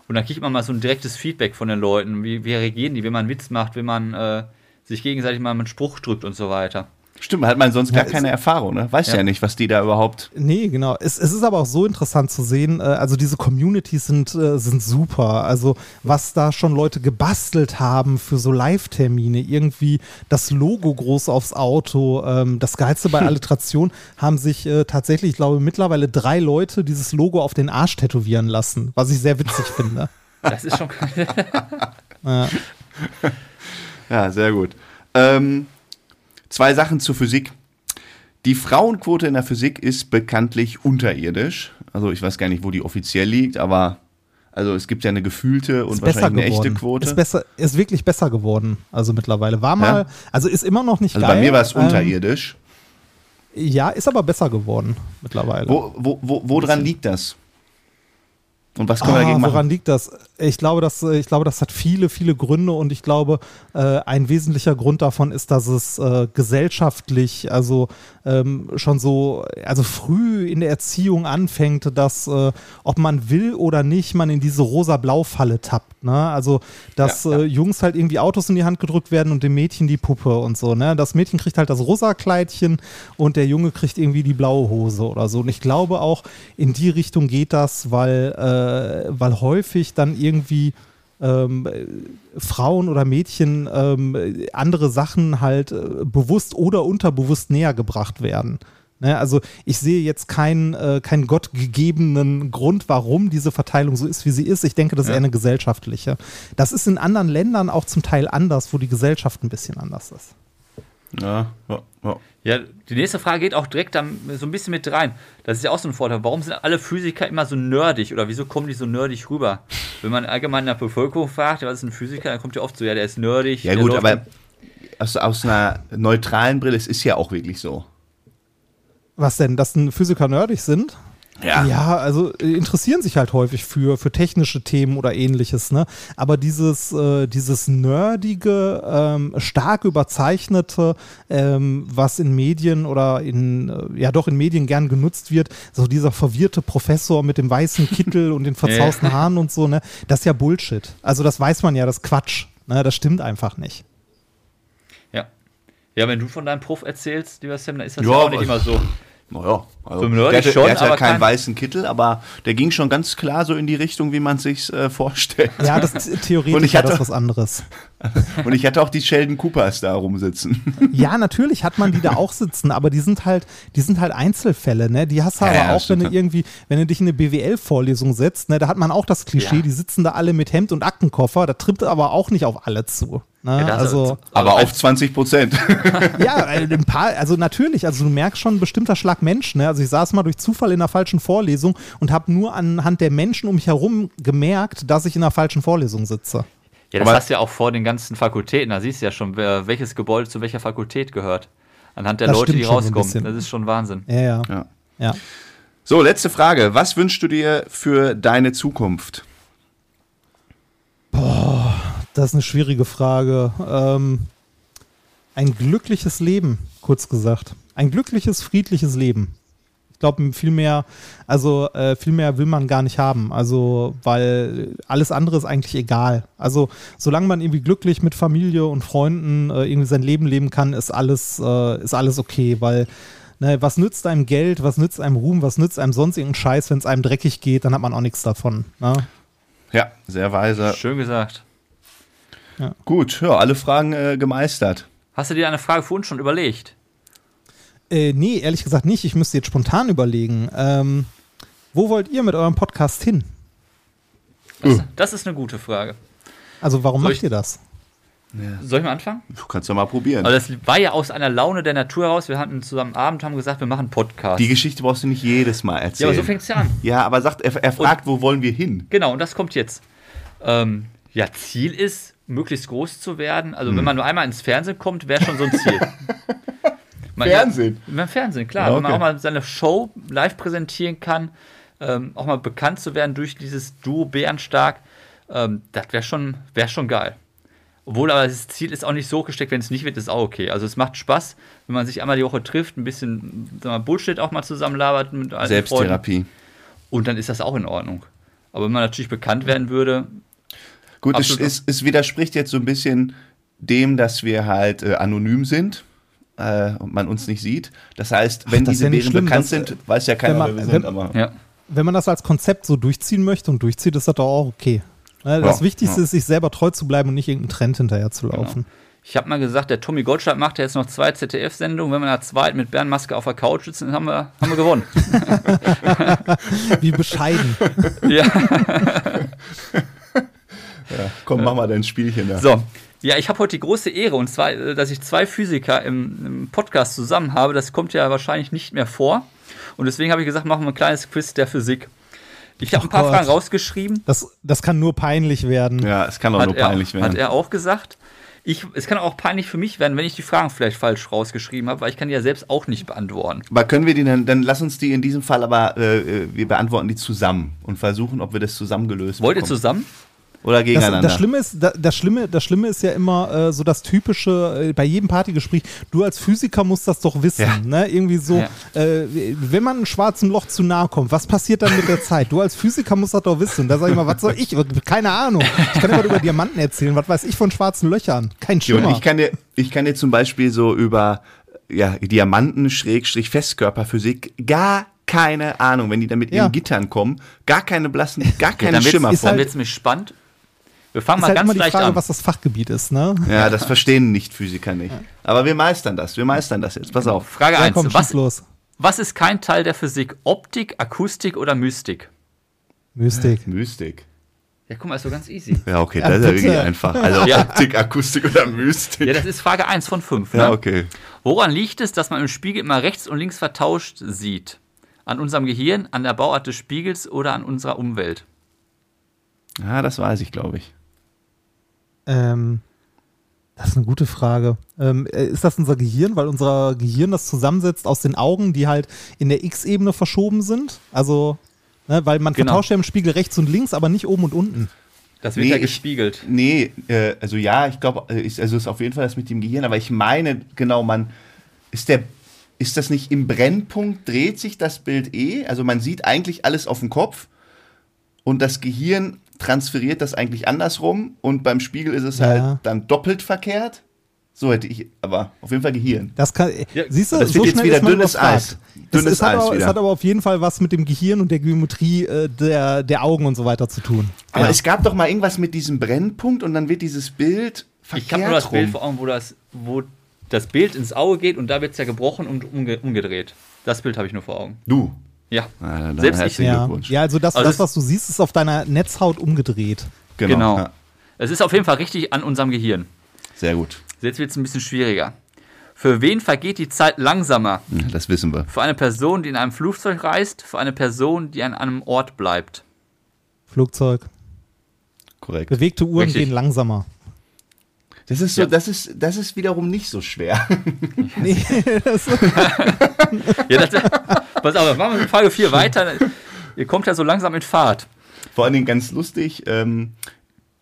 D: Und dann kriegt man mal so ein direktes Feedback von den Leuten. Wie, wie reagieren die, wenn man einen Witz macht, wenn man äh, sich gegenseitig mal einen Spruch drückt und so weiter.
A: Stimmt, hat man sonst gar
C: ist-
A: keine Erfahrung, ne? Weiß ja.
D: Ja.
A: nicht, was die da überhaupt.
C: Nee, genau. Es, es ist aber auch so interessant zu sehen, äh, also diese Communities sind, äh, sind super. Also was da schon Leute gebastelt haben für so Live-Termine, irgendwie das Logo groß aufs Auto, ähm, das
A: (laughs)
C: Geilste bei Alliteration haben sich äh, tatsächlich, ich glaube, mittlerweile drei Leute dieses Logo auf den Arsch tätowieren lassen, was ich
A: (laughs)
C: sehr witzig finde.
D: Das ist schon. (laughs)
C: Äh,
A: Ja, sehr gut. Ähm, zwei Sachen zur Physik. Die Frauenquote in der Physik ist bekanntlich unterirdisch. Also ich weiß gar nicht, wo die offiziell liegt, aber also es gibt ja eine gefühlte und
C: ist besser
A: wahrscheinlich
C: geworden.
A: eine echte Quote.
C: Ist, besser, ist wirklich besser geworden. Also mittlerweile. War mal,
A: Ja.
C: also ist immer noch nicht
A: also
C: geil.
A: bei mir war es
C: ähm,
A: unterirdisch.
C: Ja, ist aber besser geworden mittlerweile.
A: Wo, wo, wo, woran liegt das? Und was können wir
C: Ah,
A: dagegen machen?
C: Woran liegt das? Ich glaube, das, ich glaube, das hat viele, viele Gründe und ich glaube, äh, ein wesentlicher Grund davon ist, dass es äh, gesellschaftlich, also ähm, schon so, also früh in der Erziehung anfängt, dass äh, ob man will oder nicht, man in diese rosa-blau-Falle tappt. Ne? Also, dass
A: Ja, ja.
C: Äh, Jungs halt irgendwie Autos in die Hand gedrückt werden und dem Mädchen die Puppe und so. Ne? Das Mädchen kriegt halt das rosa Kleidchen und der Junge kriegt irgendwie die blaue Hose oder so. Und ich glaube auch, in die Richtung geht das, weil, äh, weil häufig dann irgendwie ähm, äh, Frauen oder Mädchen ähm, äh, andere Sachen halt äh, bewusst oder unterbewusst näher gebracht werden. Ne, also ich sehe jetzt keinen, äh, keinen gottgegebenen Grund, warum diese Verteilung so ist, wie sie ist. Ich denke, das ist eher eine gesellschaftliche. Das ist in anderen Ländern auch zum Teil anders, wo die Gesellschaft ein bisschen anders ist.
A: Ja, ja, ja.
D: ja, die nächste Frage geht auch direkt dann so ein bisschen mit rein. Das ist ja auch so ein Vorteil. Warum sind alle Physiker immer so nerdig oder wieso kommen die so nerdig rüber? Wenn man allgemein in der Bevölkerung fragt, ja, was ist ein Physiker, dann kommt ja oft so, ja, der ist nerdig.
A: ja
D: der
A: gut,
D: läuft-
A: aber aus, aus einer neutralen Brille, es ist ja auch wirklich so.
C: Was denn, dass ein Physiker nerdig sind? Ja, also äh, interessieren sich halt häufig für, für technische Themen oder ähnliches, ne? Aber dieses, äh, dieses nerdige, ähm, stark überzeichnete, ähm, was in Medien oder in, äh, ja doch in Medien gern genutzt wird, so dieser verwirrte Professor mit dem weißen
A: (laughs)
C: Kittel und den verzausten Haaren und so, ne? Das ist ja Bullshit. Also das weiß man ja, das ist Quatsch. Ne? Das stimmt einfach nicht.
D: Ja. Ja, wenn du von deinem Prof erzählst, lieber Sam, dann ist das ja,
A: Ja,
D: auch nicht
A: aber-
D: immer so.
A: Naja, also
B: Für Nerdy
A: der, hatte-
B: schon,
A: der hatte ja
B: aber
A: keinen
B: kein-
A: weißen Kittel, aber der ging schon ganz klar so in die Richtung, wie man sich's äh, vorstellt. (laughs)
C: Ja, das
A: Und
C: theoretisch
A: ich
C: war
A: hatte-
C: das was anderes.
A: Und ich hatte auch die Sheldon Coopers da (laughs) rumsitzen.
C: Ja, natürlich hat man die da auch sitzen, aber die sind halt, die sind halt Einzelfälle, ne? Die hast du
A: Ja,
C: aber
A: ja,
C: auch, wenn du
A: stimmt.
C: irgendwie, wenn du dich in eine BWL-Vorlesung setzt, ne, da hat man auch das Klischee, die sitzen da alle mit Hemd und Aktenkoffer, da trifft aber auch nicht auf alle zu. Ne?
B: das-
C: also,
A: Aber auf 20 Prozent. (laughs)
C: (laughs) ja, ein paar, also natürlich, also du merkst schon ein bestimmter Schlag Mensch, ne? Also ich saß mal durch Zufall in der falschen Vorlesung und habe nur anhand der Menschen um mich herum gemerkt, dass ich in der falschen Vorlesung sitze.
B: Ja, das
A: Aber-
B: hast du ja auch vor den ganzen Fakultäten. Da siehst du ja schon, wer, welches Gebäude zu welcher Fakultät gehört. Anhand der
C: Das
B: Leute,
C: stimmt
B: die
C: schon so ein
B: rauskommen.
C: bisschen.
B: das ist schon Wahnsinn.
C: Ja, ja.
A: Ja.
C: ja.
A: So, letzte Frage. Was wünschst du dir für deine Zukunft?
C: Das ist eine schwierige Frage. Ähm, ein glückliches Leben, kurz gesagt. Ein glückliches, friedliches Leben. Ich glaube, viel mehr, also äh, viel mehr will man gar nicht haben. Also, weil alles andere ist eigentlich egal. Also, solange man irgendwie glücklich mit Familie und Freunden äh, irgendwie sein Leben leben kann, ist alles, äh, ist alles okay, weil ne, was nützt einem Geld, was nützt einem Ruhm, was nützt einem sonst irgendeinen Scheiß, wenn es einem dreckig geht, dann hat man auch nichts davon. Ne?
A: Ja, sehr weise.
B: Schön gesagt.
A: Gut, ja, alle Fragen äh, gemeistert.
B: Hast du dir eine Frage für uns schon überlegt?
C: Äh, nee, ehrlich gesagt nicht. Ich müsste jetzt spontan überlegen. Ähm, wo wollt ihr mit eurem Podcast hin?
B: Das ist eine gute Frage.
C: Also warum
B: Soll
C: macht
B: ich-
C: ihr das?
B: Soll ich mal anfangen?
A: Du kannst doch mal probieren.
B: Also das war ja aus einer Laune der Natur heraus. Wir hatten zusammen Abend, haben gesagt, wir machen einen Podcast.
A: die Geschichte brauchst du nicht jedes Mal
B: ja,
A: erzählen.
B: aber so fängt es ja an.
A: Ja, aber sagt, er, er fragt, wo wollen wir hin?
B: Genau, und das kommt jetzt. Ähm, ja, Ziel ist, möglichst groß zu werden. Also,
A: Hm.
B: wenn man nur einmal ins Fernsehen kommt, wäre schon so
A: (laughs)
B: ein Ziel. man,
A: Fernsehen?
B: Ja, beim Fernsehen, klar.
A: Ja,
B: Wenn man
A: okay.
B: auch mal seine Show live präsentieren kann, ähm, auch mal bekannt zu werden durch dieses Duo Bärenstark, ähm, das wäre schon, wär schon geil. Obwohl aber das Ziel ist auch nicht so hochgesteckt, wenn es nicht wird, ist auch okay. Also es macht Spaß, wenn man sich einmal die Woche trifft, ein bisschen sagen wir mal, Bullshit auch mal zusammenlabert mit alten Freunden.
A: Selbsttherapie.
B: Und dann ist das auch in Ordnung. Aber wenn man natürlich bekannt werden würde,
A: Gut, es,
B: Absolut.
A: es, es widerspricht jetzt so ein bisschen dem, dass wir halt äh, anonym sind äh, und man uns nicht sieht. Das heißt, wenn
C: das
A: diese
C: wär nicht
A: Bären
C: schlimm,
A: bekannt
C: das,
A: sind, weiß ja keiner,
C: wenn man-
A: wer wir
C: wenn-
A: sind. Aber
B: ja.
C: Wenn man das als Konzept so durchziehen möchte und durchzieht, ist das doch auch okay. Ne, Das
A: Ja,
C: Wichtigste
A: ja.
C: ist, sich selber treu zu bleiben und nicht irgendeinem Trend hinterher zu laufen.
B: genau. Ich habe mal gesagt, der Tommy Gottschalk macht ja jetzt noch zwei ZDF-Sendungen. Wenn wir da zweit mit Bärenmaske auf der Couch sitzen, dann haben wir, haben wir gewonnen.
A: Genau.
C: Wie bescheiden.
B: ja.
A: komm, mach mal dein Spielchen da.
B: So. Ja, ich habe heute die große Ehre, und zwar, äh, dass ich zwei Physiker im, im Podcast zusammen habe. Das kommt ja wahrscheinlich nicht mehr vor. Und deswegen habe ich gesagt, machen wir ein kleines Quiz der Physik. Ich habe ein paar
C: Gott.
B: Fragen rausgeschrieben.
C: Das, das kann nur peinlich werden.
A: Ja, es kann doch nur
B: Hat er,
A: peinlich werden.
B: hat er auch gesagt. Ich, es kann auch peinlich für mich werden, wenn ich die Fragen vielleicht falsch rausgeschrieben habe, weil ich kann die ja selbst auch nicht beantworten.
A: Aber können wir die dann, dann lass uns die in diesem Fall aber, äh, äh, wir beantworten die zusammen und versuchen, ob wir das zusammen gelöst
B: Wollt ihr
A: bekommen.
B: zusammen?
A: Oder
C: Das,
A: gegeneinander.
C: das, Schlimme ist, das, das, Schlimme, das Schlimme ist ja immer äh, so das typische äh, bei jedem Partygespräch. Du als Physiker musst das doch wissen.
A: Ja.
C: Ne? Irgendwie so, äh, wenn man einem schwarzen Loch zu nahe kommt, was passiert dann mit der Zeit? Du als Physiker musst das doch wissen. Da sage ich mal, was soll ich? Keine Ahnung. Ich kann immer über Diamanten erzählen. Was weiß ich von schwarzen Löchern? Kein
A: Ja, und
C: Schimmer.
A: ich kann dir, ich kann dir zum Beispiel so über ja, Diamanten, Schrägstrich, Festkörperphysik gar keine Ahnung, wenn die dann mit
C: Ja.
A: ihren Gittern kommen, gar keine blassen, gar keine
B: dann wird's-
A: Schimmer
C: ist
A: von.
B: Dann
C: halt-
B: wird es mich spannend. Wir fangen
C: ist
B: mal
C: halt
B: ganz
C: immer die
B: leicht
C: Frage,
B: an.
C: was das Fachgebiet ist. Ne?
A: Ja, das verstehen nicht Physiker nicht. Aber wir meistern das, wir meistern das jetzt. Pass auf.
B: Frage
C: Ja,
B: 1.
C: komm, schieß
B: was,
C: los.
B: was ist kein Teil der Physik? Optik, Akustik oder Mystik?
C: Mystik.
A: Mystik.
B: Ja, guck mal, ist so ganz easy.
A: Ja, okay,
C: Ja,
A: das ist ja
C: bitte.
A: wirklich einfach. Also
B: Ja.
A: Optik, Akustik oder Mystik.
B: Ja, das ist Frage 1 von 5.
A: Ja,
B: ne?
A: okay.
B: Woran liegt es, dass man im Spiegel immer rechts und links vertauscht sieht? An unserem Gehirn, an der Bauart des Spiegels oder an unserer Umwelt?
A: Ja, das weiß ich, glaube ich.
C: Ähm, das ist eine gute Frage. Ähm, äh, ist das unser Gehirn, weil unser Gehirn das zusammensetzt aus den Augen, die halt in der X-Ebene verschoben sind? Also, ne, weil man
B: Genau.
C: vertauscht ja im Spiegel rechts und links, aber nicht oben und unten.
B: Das
A: wird Nee, ja ich-
B: gespiegelt.
A: Nee, äh, also ja, ich glaube, also es ist auf jeden Fall das mit dem Gehirn, aber ich meine, genau, man ist der ist das nicht im Brennpunkt dreht sich das Bild eh, also man sieht eigentlich alles auf dem Kopf und das Gehirn transferiert das eigentlich andersrum und beim Spiegel ist es
C: Ja.
A: halt dann doppelt verkehrt. So hätte ich, aber auf jeden Fall Gehirn.
C: Das kann, äh,
B: Ja,
C: siehst du,
A: das
C: so
A: wird jetzt
C: schnell
A: wieder
C: ist man
A: dünnes
C: überfragt.
A: Eis. Dünnes
C: es, es, hat
A: Eis
C: aber, es
A: wieder.
C: hat aber auf jeden Fall was mit dem Gehirn und der Geometrie äh, der, der Augen und so weiter zu tun.
A: Aber
C: ja.
A: es gab doch mal irgendwas mit diesem Brennpunkt und dann wird dieses Bild verkehrt
B: Ich habe nur das
A: rum.
B: Bild vor Augen, wo das, wo das Bild ins Auge geht und da wird es ja gebrochen und umge umgedreht. Das Bild habe ich nur vor Augen.
A: Du.
B: Ja.
A: Na, dann
B: Selbst ich.
A: herzlichen
C: ja.
A: Glückwunsch.
C: ja, also das,
B: Also
C: das,
B: es-
C: was du siehst, ist auf deiner Netzhaut umgedreht.
B: Genau.
A: Ja,
B: Es ist auf jeden Fall richtig an unserem Gehirn.
A: sehr gut.
B: Jetzt wird es ein bisschen schwieriger. Für wen vergeht die Zeit langsamer?
A: Ja, Das wissen wir.
B: Für eine Person, die in einem Flugzeug reist, für eine Person, die an einem Ort bleibt.
C: Flugzeug.
A: Korrekt.
C: Bewegte Uhren
B: Richtig.
A: (laughs)
C: gehen langsamer.
A: Das ist so, das ist, das ist wiederum nicht so schwer. (laughs)
C: Nee, (laughs) das,
B: Ja, das, (laughs) pass auf, machen wir mit Frage (laughs) 4 weiter. Ihr kommt ja so langsam in Fahrt.
A: Vor allen Dingen ganz lustig. Ähm,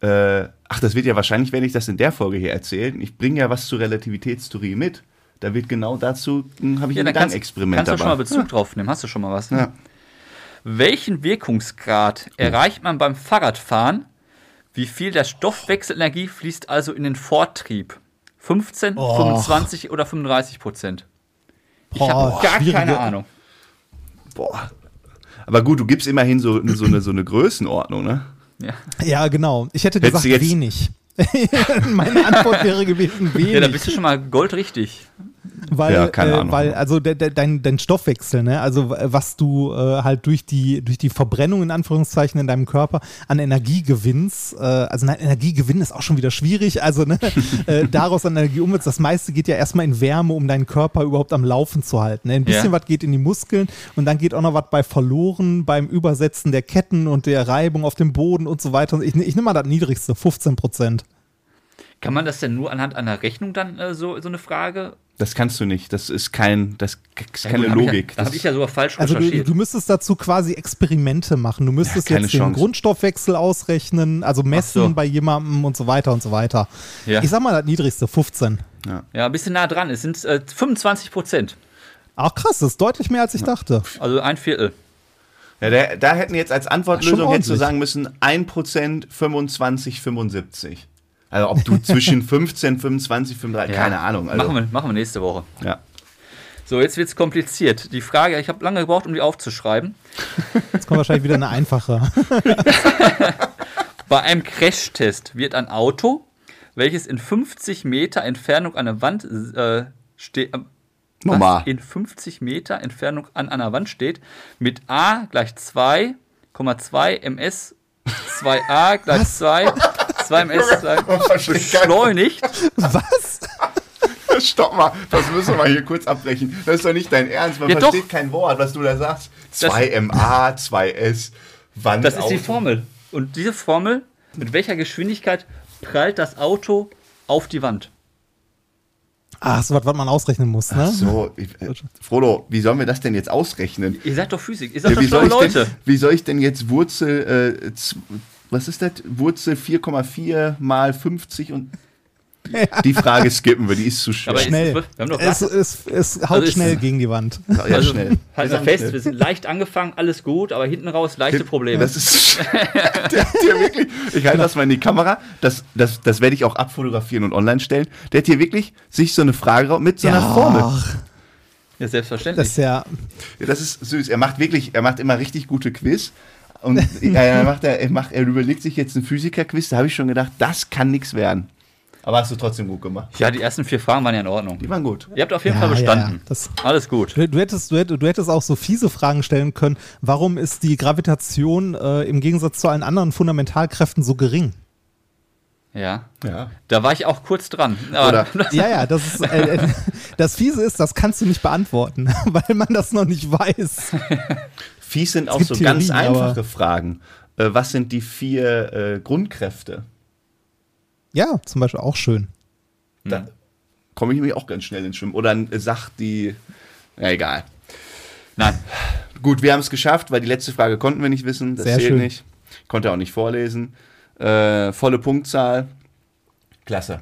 A: äh, ach, das wird ja wahrscheinlich, werde ich das in der Folge hier erzählen. Ich bringe ja was zur Relativitätstheorie mit. Da wird genau dazu, habe ich
B: Ja,
A: ein
B: dann kannst,
A: Gedankenexperiment
B: kannst du schon mal
A: dabei.
B: Bezug drauf nehmen. Hast du schon mal was?
A: Ja.
B: Ne? Welchen Wirkungsgrad erreicht man beim Fahrradfahren? Wie viel der Stoffwechselenergie fließt also in den Vortrieb? 15,
C: Och.
B: 25 oder 35 Prozent? Ich
C: Boah,
B: habe gar
C: schwierige-
B: keine Ahnung.
A: Boah. Aber gut, du gibst immerhin so, so, eine, so eine Größenordnung, ne?
B: Ja.
C: ja, genau. Ich hätte
A: Hättest
C: gesagt,
A: du jetzt-
C: wenig. (laughs) Meine Antwort wäre gewesen, wenig.
B: ja, da bist du schon mal goldrichtig.
C: Weil,
A: Ja, keine Ahnung.
C: Äh, weil also de, de, dein, dein Stoffwechsel, ne? also w- was du äh, halt durch die, durch die Verbrennung in Anführungszeichen in deinem Körper an Energie gewinnst, äh, also nein, Energiegewinn ist auch schon wieder schwierig, also
A: (laughs)
C: ne? äh, daraus an Energie umwitzt, das meiste geht ja erstmal in Wärme, um deinen Körper überhaupt am Laufen zu halten. Ne? Ein bisschen
B: Ja.
C: was geht in die Muskeln und dann geht auch noch was bei verloren, beim Übersetzen der Ketten und der Reibung auf dem Boden und so weiter. Ich, ich nehme mal das niedrigste, 15 Prozent.
B: Kann man das denn nur anhand einer Rechnung dann äh, so, so eine Frage?
A: Das kannst du nicht. Das ist kein, das ist keine
B: Ja, gut, hab
A: Logik.
B: Ich ja, da habe
A: das
B: ich ja sogar falsch
C: Also du,
B: recherchiert.
C: du müsstest dazu quasi Experimente machen. Du müsstest
A: Ja, keine
C: jetzt den
A: Chance.
C: Grundstoffwechsel ausrechnen, also messen
B: so.
C: bei jemandem und so weiter und so weiter.
B: Ja.
C: Ich sag mal das niedrigste, 15.
B: ja, ein bisschen nah dran. Es sind äh, 25 Prozent.
C: Ach krass, das ist deutlich mehr als ich dachte.
B: Also ein Viertel.
A: Ja, da, da hätten jetzt als
C: Ach,
A: Antwortlösung
C: schon
A: hättest du
C: ordentlich.
A: sagen müssen 1% 25, 75. Also
B: (laughs)
A: ob du zwischen 15, 25, 35,
B: Ja.
A: keine Ahnung. Also,
B: Machen, wir, machen wir nächste Woche.
A: Ja.
B: So, jetzt wird's kompliziert. Die Frage, ich habe lange gebraucht, um die aufzuschreiben.
C: Jetzt kommt wahrscheinlich wieder
B: (laughs)
C: eine einfache.
B: Bei einem Crashtest wird ein Auto, welches in 50 Meter Entfernung an der Wand äh, steht, äh,
A: Nochmal.
B: was? in 50 Meter Entfernung an einer Wand steht, mit A gleich 2,2 ms 2a gleich 2, 2 ms
A: (laughs) Oh,
B: 2 beschleunigt.
C: Was?
A: Stopp mal, das müssen wir hier kurz abbrechen. Das ist doch nicht dein Ernst, man
B: Ja,
A: versteht
B: doch.
A: kein Wort, was du da sagst. 2MA, 2S, Wand
B: Das ist die
A: auf-
B: Formel. Und diese Formel, mit welcher Geschwindigkeit prallt das Auto auf die Wand?
C: Ach, so Ah, was, was man ausrechnen muss, ne?
A: So, ich, äh, Frodo, wie sollen wir das denn jetzt ausrechnen?
B: Ihr seid doch Physik, ihr seid
A: Ja,
B: doch
A: wie, soll
B: schlaue
A: ich denn,
B: Leute.
A: wie soll ich denn jetzt Wurzel, äh, z- was ist das? Wurzel 4,4 mal 50 und die Frage skippen wir, die ist zu schwer.
B: Aber ist-
C: Schnell.
B: Wir haben doch
C: es, es, es haut
B: Also es-
C: schnell gegen die Wand.
A: ja,
B: also,
A: schnell.
B: Halt mal fest, wir sind leicht angefangen, alles gut, aber hinten raus leichte Probleme.
A: Das ist der, hat hier wirklich, ich halte das mal in die Kamera, das, das, das werde ich auch abfotografieren und online stellen. Der hat hier wirklich sich so eine Frage raus- mit so einer Formel.
C: Ach,
B: ja,
C: das
B: selbstverständlich.
C: ist ja.
A: Ja, das ist süß. Er macht wirklich, er macht immer richtig gute Quiz. Und ja, er, macht, er, er, macht, er überlegt sich jetzt einen Physiker-Quiz, da habe ich schon gedacht, das kann nichts werden. Aber hast du trotzdem gut gemacht.
B: ja, die ersten vier Fragen waren ja in Ordnung.
A: Die waren gut.
B: Ihr habt auf jeden
C: Ja,
B: Fall
C: ja,
B: bestanden.
C: ja, das-
B: alles gut.
C: Du, du, hättest, du, hättest, du hättest auch so fiese Fragen stellen können. Warum ist die Gravitation äh, im Gegensatz zu allen anderen Fundamentalkräften so gering?
B: Ja.
A: Ja.
B: Da war ich auch kurz dran. Aber
C: Ah.
A: Oder-
C: Ja, ja, das ist, äh, äh, das Fiese ist, das kannst du nicht beantworten, (laughs) weil man das noch nicht weiß.
A: Fies sind auch
C: gibt
A: so ganz
C: Theorien,
A: einfache
C: aber-
A: Fragen. Äh, was sind die vier äh, Grundkräfte?
C: Ja, zum Beispiel auch schön.
A: Da
C: Mhm.
A: komme ich nämlich auch ganz schnell ins Schwimmen. Oder äh, sagt die. Ja, egal.
B: (laughs) nein,
A: Gut, wir haben es geschafft, weil die letzte Frage konnten wir nicht wissen. Das
C: Sehr
A: zählt
C: schön.
A: nicht. Konnte auch nicht vorlesen. Äh, volle Punktzahl. Klasse.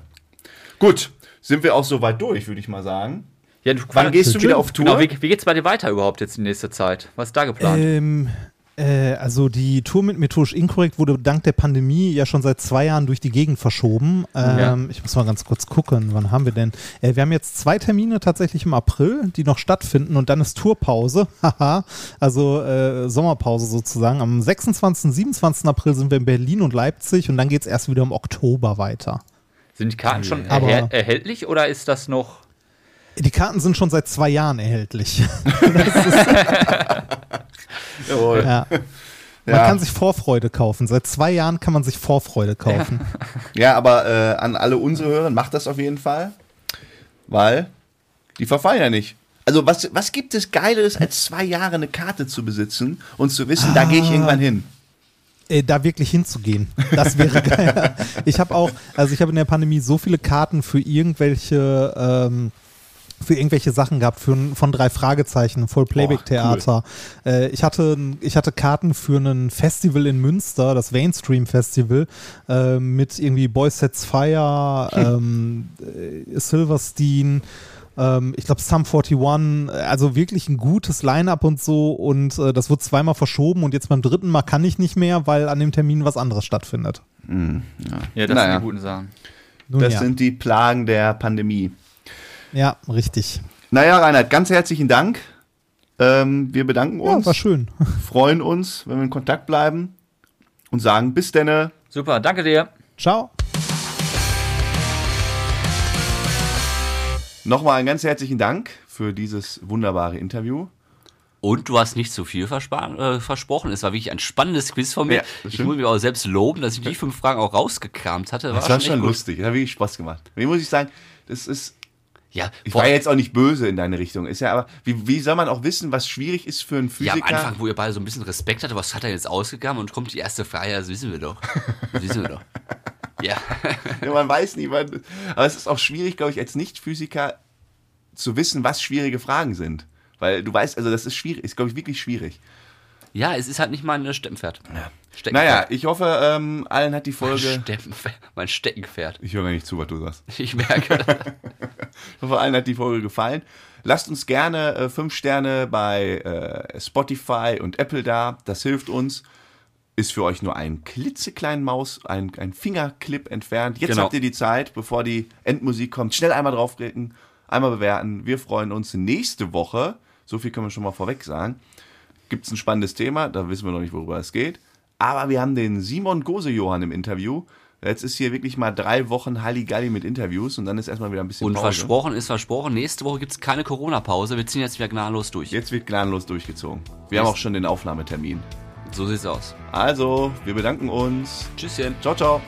A: Gut, sind wir auch soweit durch, würde ich mal sagen.
B: ja, du,
A: Wann gehst du wieder auf Tour?
C: Genau,
B: Genau, wie, wie geht's bei dir weiter überhaupt jetzt in nächster Zeit? Was ist da geplant?
C: Ähm, Äh, also die Tour mit Methodisch Inkorrekt wurde dank der Pandemie ja schon seit zwei Jahren durch die Gegend verschoben. Ähm,
D: Ja.
C: Ich muss mal ganz kurz gucken, wann haben wir denn? Äh, wir haben jetzt zwei Termine tatsächlich im April, die noch stattfinden und dann ist Tourpause. (laughs) Haha, also äh, Sommerpause sozusagen. Am 26. 27. April sind wir in Berlin und Leipzig und dann geht es erst wieder im Oktober weiter.
D: Sind die Karten schon
C: Aber-
D: erhä- erhältlich oder ist das noch?
C: Die Karten sind schon seit zwei Jahren erhältlich. (laughs)
A: Jawohl.
C: ja. Man
A: Ja.
C: kann sich Vorfreude kaufen. Seit zwei Jahren kann man sich Vorfreude kaufen.
A: Ja, aber äh, an alle unsere Hörer, macht das auf jeden Fall, weil die verfallen ja nicht. Also was, was gibt es Geileres, als zwei Jahre eine Karte zu besitzen und zu wissen, da
C: Ah.
A: gehe ich irgendwann hin.
C: äh, da wirklich hinzugehen. Das wäre geil. Ich habe auch, also ich habe in der Pandemie so viele Karten für irgendwelche ähm, für irgendwelche Sachen gehabt, für, ein- von drei Fragezeichen, voll Playback-Theater. Äh, ich, hatte, ein- ich hatte Karten für ein Festival in Münster, das Mainstream Festival, äh, mit irgendwie Boys Sets Fire, ähm, äh, Silverstein, ähm, ich glaube Sum 41, äh, also wirklich ein gutes Line-Up und so und äh, das wird zweimal verschoben und jetzt beim dritten Mal kann ich nicht mehr, weil an dem Termin was anderes stattfindet.
D: Ja, das
A: Naja.
D: sind die guten Sachen.
C: Nun
A: Das
C: ja.
A: sind die Plagen der Pandemie.
C: ja, richtig.
A: Naja, Reinhard, ganz herzlichen Dank. Ähm, wir bedanken
C: Ja,
A: uns,
C: war schön. (laughs)
A: freuen uns, wenn wir in Kontakt bleiben und sagen bis denne.
D: Super, danke dir.
C: Ciao.
A: Nochmal einen ganz herzlichen Dank für dieses wunderbare Interview.
B: Und du hast nicht zu viel verspa- äh, versprochen. Es war wirklich ein spannendes Quiz von mir.
A: Ja, das
B: ich
A: stimmt.
B: muss mich auch selbst loben, dass ich die fünf Fragen auch rausgekramt hatte.
A: Das war
B: echt
A: schon
B: gut.
A: lustig, das hat wirklich Spaß gemacht. Wie muss ich sagen, das ist
B: Ja,
A: Ich
B: vor-
A: war jetzt auch nicht böse in deine Richtung. Ist ja aber, wie, wie soll man auch wissen, was schwierig ist für einen
B: ja, am
A: Physiker?
B: Anfang, wo ihr beide so ein bisschen Respekt hatte, was hat er jetzt ausgegangen und kommt die erste Frage, das wissen wir doch. Das
A: (laughs)
B: wissen wir doch. Ja.
A: ja, man weiß nie, man, aber es ist auch schwierig, glaube ich, als Nicht-Physiker zu wissen, was schwierige Fragen sind. Weil du weißt, also das ist schwierig, ist, glaube ich, wirklich schwierig.
B: ja, es ist halt nicht mein äh, Steppenpferd. Ja. Steckenpferd.
A: Naja, ich hoffe, ähm, allen hat die
B: mein
A: Folge.
B: Steppenpferd. Mein Steckenpferd.
A: Ich höre gar nicht zu, was du sagst.
B: Ich
A: (laughs)
B: merke. das.
A: Ich (laughs) hoffe, allen hat die Folge gefallen. Lasst uns gerne äh, fünf Sterne bei äh, Spotify und Apple da. Das hilft uns. Ist für euch nur ein klitzekleinen Maus, ein, ein Fingerclip entfernt. Jetzt
B: Genau.
A: habt ihr die Zeit, bevor die Endmusik kommt. Schnell einmal draufklicken, einmal bewerten. Wir freuen uns nächste Woche. So viel können wir schon mal vorweg sagen. Gibt es ein spannendes Thema, da wissen wir noch nicht, worüber es geht. Aber wir haben den Simon Gose-Johann im Interview. Jetzt ist hier wirklich mal drei Wochen Halligalli mit Interviews und dann ist erstmal wieder ein bisschen
B: Und
A: Pause.
B: versprochen ist versprochen. Nächste Woche gibt es keine Corona-Pause. Wir ziehen jetzt wieder gnadenlos durch.
A: Jetzt wird gnadenlos durchgezogen. Wir haben auch schon den Aufnahmetermin.
B: So sieht's aus.
A: Also, wir bedanken uns.
B: Tschüsschen.
A: Ciao, ciao.